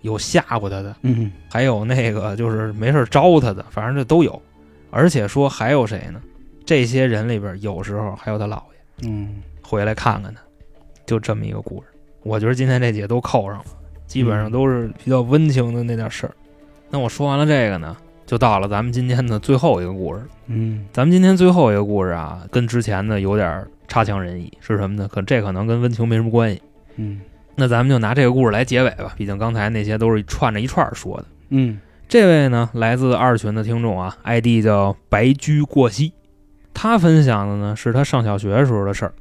Speaker 4: 有吓唬他的，
Speaker 1: 嗯
Speaker 4: 还有那个就是没事儿招他的，反正这都有。而且说还有谁呢？这些人里边有时候还有他姥爷
Speaker 1: 嗯
Speaker 4: 回来看看他，就这么一个故事。我觉得今天这节都扣上了，基本上都是比较温情的那点事儿。那我说完了这个呢，就到了咱们今天的最后一个故事。
Speaker 1: 嗯
Speaker 4: 咱们今天最后一个故事啊，跟之前的有点差强人意，是什么呢？可这可能跟温情没什么关系。
Speaker 1: 嗯
Speaker 4: 那咱们就拿这个故事来结尾吧，毕竟刚才那些都是串着一串儿说的。
Speaker 1: 嗯
Speaker 4: 这位呢，来自二群的听众啊，ID 叫白驹过隙，他分享的呢是他上小学时候的事儿。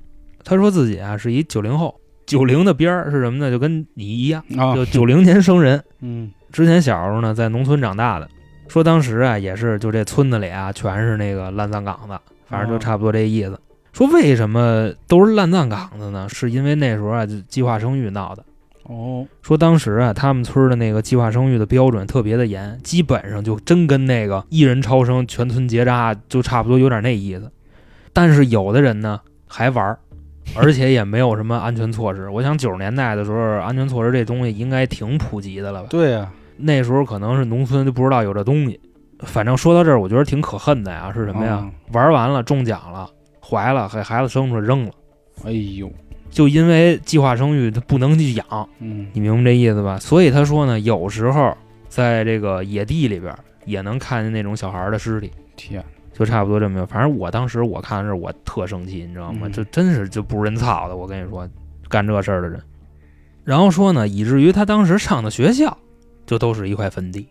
Speaker 4: 他说自己啊是一九零后，九零的边儿是什么呢？就跟你一样，
Speaker 1: 啊
Speaker 4: 就九零年生人。
Speaker 1: 嗯
Speaker 4: 之前小时候呢，在农村长大的，说当时啊也是就这村子里啊全是那个烂葬岗子，反正就差不多这意思。说为什么都是烂葬岗子呢？是因为那时候啊就计划生育闹的。
Speaker 1: 哦
Speaker 4: 说当时啊，他们村儿的那个计划生育的标准特别的严，基本上就真跟那个一人超生、全村结扎就差不多，有点那意思。但是有的人呢还玩儿，而且也没有什么安全措施。我想九十年代的时候，安全措施这东西应该挺普及的了吧？
Speaker 1: 对呀，
Speaker 4: 那时候可能是农村就不知道有这东西。反正说到这儿，我觉得挺可恨的呀，是什么呀？
Speaker 1: 嗯
Speaker 4: 玩完了中奖了，怀了，给孩子生出来扔了，
Speaker 1: 哎呦
Speaker 4: 就因为计划生育它不能去养。
Speaker 1: 嗯
Speaker 4: 你明白这意思吧？所以他说呢，有时候在这个野地里边儿也能看见那种小孩儿的尸体，
Speaker 1: 天
Speaker 4: 就差不多这么样。反正我当时我看这我特生气，你知道吗？
Speaker 1: 嗯
Speaker 4: 这真是就不人操的，我跟你说，干这事儿的人。然后说呢，以至于他当时上的学校就都是一块坟地，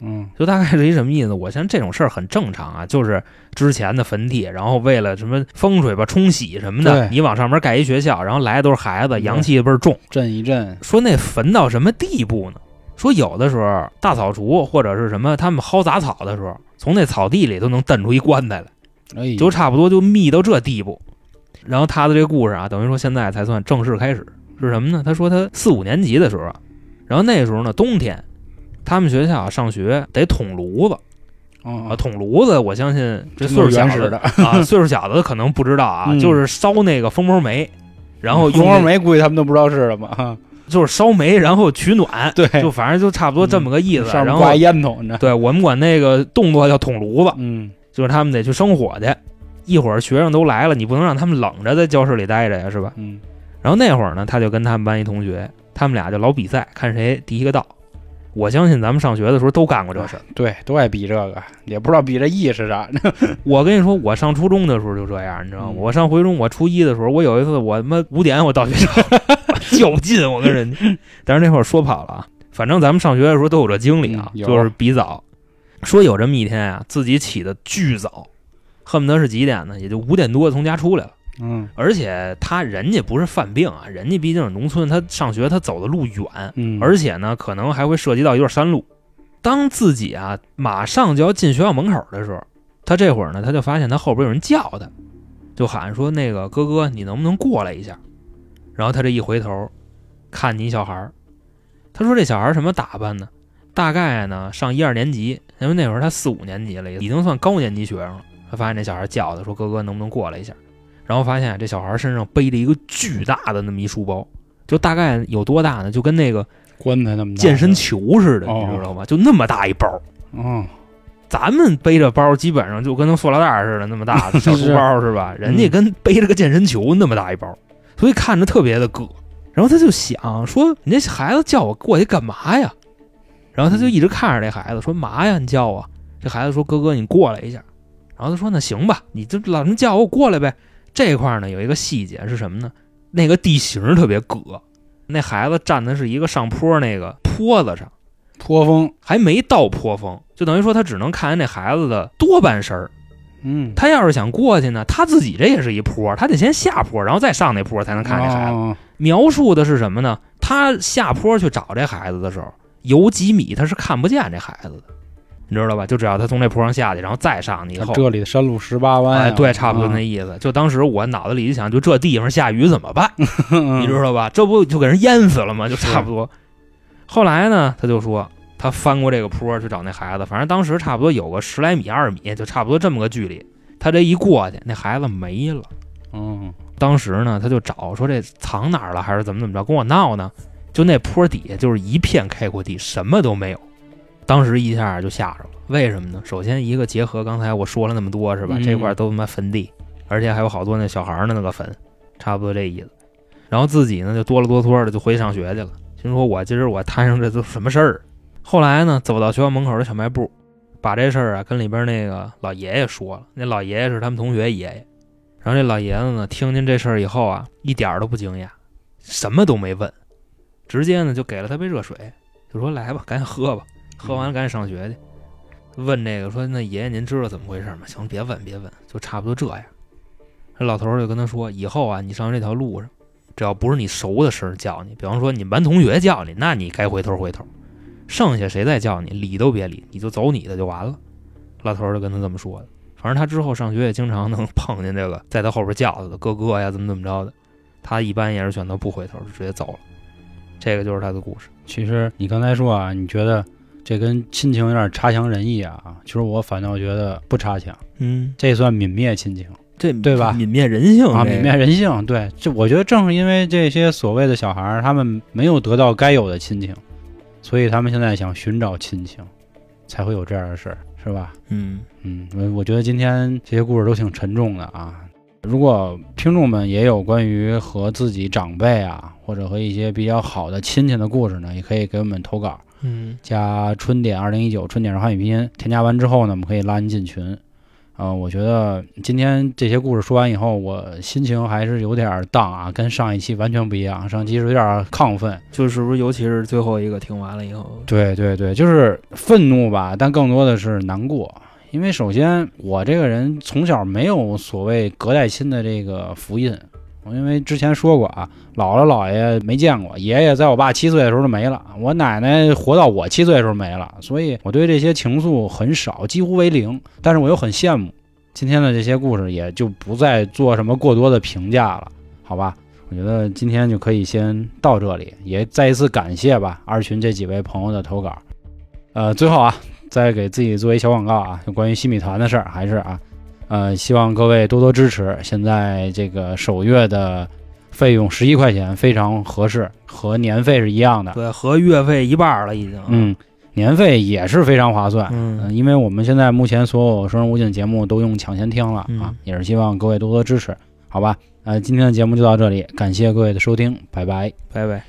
Speaker 1: 嗯
Speaker 4: 就大概是一什么意思？我想这种事儿很正常啊，就是之前的坟地，然后为了什么风水吧、冲洗什么的，
Speaker 1: 对
Speaker 4: 你往上面盖一学校，然后来的都是孩子，阳气倍儿重。
Speaker 1: 震一震
Speaker 4: 说那坟到什么地步呢？说有的时候大扫除或者是什么，他们薅杂草的时候，从那草地里都能蹬出一棺材来，
Speaker 1: 哎，
Speaker 4: 就差不多就密到这地步。然后他的这个故事啊，等于说现在才算正式开始，是什么呢？他说他四五年级的时候啊，然后那时候呢冬天，他们学校啊上学得捅炉子啊，
Speaker 1: 啊，
Speaker 4: 捅炉子，我相信这
Speaker 1: 真
Speaker 4: 岁数
Speaker 1: 够
Speaker 4: 小
Speaker 1: 原始
Speaker 4: 的
Speaker 1: 的，
Speaker 4: 啊，岁数小的可能不知道啊，
Speaker 1: 嗯
Speaker 4: 就是烧那个蜂窝煤，然后用
Speaker 1: 蜂
Speaker 4: 那
Speaker 1: 窝煤估计他们都不知道是什么啊，
Speaker 4: 就是烧煤，然后取暖，
Speaker 1: 对，
Speaker 4: 就反正就差不多这么个意思。
Speaker 1: 嗯上
Speaker 4: 然
Speaker 1: 面
Speaker 4: 后
Speaker 1: 挂烟筒呢，
Speaker 4: 对我们管那个动作叫捅炉子，
Speaker 1: 嗯，
Speaker 4: 就是他们得去生火去。一会儿学生都来了，你不能让他们冷着在教室里待着呀，是吧？
Speaker 1: 嗯，
Speaker 4: 然后那会儿呢，他就跟他们班一同学，他们俩就老比赛，看谁第一个到。我相信咱们上学的时候都干过这事儿。
Speaker 1: 对，都爱比这个，也不知道比这意是啥，
Speaker 4: 我跟你说，我上初中的时候就这样，你知道吗？
Speaker 1: 嗯
Speaker 4: 我上回中，我初一的时候，我有一次我他妈五点我到 学校较劲，我跟人家。但是那会儿说跑了啊，反正咱们上学的时候都有这经历啊，
Speaker 1: 嗯有
Speaker 4: 就是比早。说有这么一天啊，自己起的巨早，恨不得是几点呢？也就五点多从家出来了。
Speaker 1: 嗯
Speaker 4: 而且他人家不是犯病啊，人家毕竟是农村，他上学他走的路远，
Speaker 1: 嗯，
Speaker 4: 而且呢，可能还会涉及到一段山路。当自己啊马上就要进学校门口的时候，他这会儿呢，他就发现他后边有人叫他，就喊说：“那个哥哥，你能不能过来一下？”然后他这一回头，看你一小孩儿，他说：“这小孩儿什么打扮呢？大概呢上一二年级，因为那会儿他四五年级了，已经算高年级学生了。”他发现这小孩叫他说：“哥哥，能不能过来一下？”然后发现啊这小孩身上背着一个巨大的那么一书包，就大概有多大呢？就跟那个
Speaker 1: 棺材那么大
Speaker 4: 健身，球似的，
Speaker 1: 哦
Speaker 4: 你知道吗？就那么大一包，
Speaker 1: 嗯，
Speaker 4: 咱们背着包基本上就跟那塑料袋儿似的，那么 大的小书包是
Speaker 1: 嗯
Speaker 4: 吧？人家跟背着个健身球那么大一包，所以看着特别的硌。然后他就想说，你这孩子叫我过去干嘛呀？然后他就
Speaker 1: 嗯
Speaker 4: 一直看着这孩子说嘛呀，你叫我？这孩子说哥哥，你过来一下。然后他说那行吧，你就老这么叫我，我过来呗。这块儿呢有一个细节是什么呢？那个地形特别硌，那孩子站的是一个上坡那个坡子上。
Speaker 1: 颇风，
Speaker 4: 还没到坡峰，就等于说他只能看见那孩子的多半身儿。
Speaker 1: 嗯，
Speaker 4: 他要是想过去呢，他自己这也是一坡，他得先下坡，然后再上那坡才能看见孩子。
Speaker 1: 哦
Speaker 4: 描述的是什么呢？他下坡去找这孩子的时候，有几米他是看不见这孩子的，你知道吧？就只要他从这坡上下去，然后再上去以后，
Speaker 1: 这里的山路十八弯
Speaker 4: 哎，
Speaker 1: 啊，
Speaker 4: 对，差不多那意思。就当时我脑子里一想，就这地方下雨怎么办？
Speaker 1: 嗯，
Speaker 4: 你知
Speaker 1: 道，
Speaker 4: 道吧？这不就给人淹死了吗？就是差不多。后来呢，他就说他翻过这个坡去找那孩子，反正当时差不多有个十来米、二十米，就差不多这么个距离。他这一过去，那孩子没了。
Speaker 1: 嗯，
Speaker 4: 当时呢，他就找说这藏哪儿了，还是怎么怎么着，跟我闹呢？就那坡底下就是一片开阔地，什么都没有。当时一下就吓着了，为什么呢？首先一个结合刚才我说了那么多是吧？
Speaker 1: 嗯
Speaker 4: 这块都他妈坟地，而且还有好多那小孩儿的那个坟，差不多这意思。然后自己呢就哆了哆嗦的就回去上学去了，心说我今儿我摊上这都什么事儿？后来呢，走到学校门口的小卖部，把这事儿啊跟里边那个老爷爷说了。那老爷爷是他们同学爷爷，然后这老爷子呢听见这事儿以后啊，一点儿都不惊讶，什么都没问，直接呢就给了他杯热水，就说来吧，赶紧喝吧，喝完了赶紧上学去。问这个说那爷爷您知道怎么回事吗？行，别问别问，就差不多这样。这老头儿就跟他说，以后啊，你上这条路上，只要不是你熟的声儿叫你，比方说你们班同学叫你，那你该回头回头，剩下谁再叫你，理都别理，你就走你的就完了。老头儿就跟他这么说的。反正他之后上学也经常能 碰见这个，在他后边叫他的哥哥呀，怎么怎么着的。他一般也是选择不回头，就直接走了。这个就是他的故事。
Speaker 1: 其实你刚才说啊，你觉得这跟亲情有点差强人意啊，其实我反倒觉得不差强，
Speaker 4: 嗯，
Speaker 1: 这算泯灭亲情。
Speaker 4: 这
Speaker 1: 对吧
Speaker 4: 泯灭人性
Speaker 1: 啊，
Speaker 4: 这个
Speaker 1: 泯灭人性。对，这我觉得正是因为这些所谓的小孩儿，他们没有得到该有的亲情，所以他们现在想寻找亲情，才会有这样的事儿，是吧？
Speaker 4: 嗯，
Speaker 1: 嗯，我我觉得今天这些故事都挺沉重的啊。如果听众们也有关于和自己长辈啊，或者和一些比较好的亲戚的故事呢，也可以给我们投稿。
Speaker 4: 嗯，
Speaker 1: 加春点二零一九，春点是汉语拼音。添加完之后呢，我们可以拉您进群。啊、我觉得今天这些故事说完以后，我心情还是有点儿荡啊，跟上一期完全不一样。上期是有点儿亢奋，
Speaker 4: 就是不是，尤其是最后一个听完了以后，
Speaker 1: 对对对，就是愤怒吧，但更多的是难过。因为首先我这个人从小没有所谓隔代亲的这个福音，我因为之前说过啊，姥姥姥爷没见过，爷爷在我爸七岁的时候就没了，我奶奶活到我七岁的时候没了，所以我对这些情愫很少，几乎为零。但是我又很羡慕，今天的这些故事也就不再做什么过多的评价了，好吧？我觉得今天就可以先到这里，也再一次感谢吧二群这几位朋友的投稿。呃，最后啊，再给自己做一小广告啊，就关于新米团的事儿，还是啊，呃，希望各位多多支持。现在这个首月的费用十一块钱，非常合适，和年费是一样的。
Speaker 4: 对，和月费一半儿了已经。
Speaker 1: 嗯，年费也是非常划算。
Speaker 4: 嗯
Speaker 1: 嗯，因为我们现在目前所有《生人勿近》节目都用抢先听了啊
Speaker 4: 嗯，
Speaker 1: 也是希望各位多多支持，好吧？呃，今天的节目就到这里，感谢各位的收听，拜拜。
Speaker 4: 拜拜。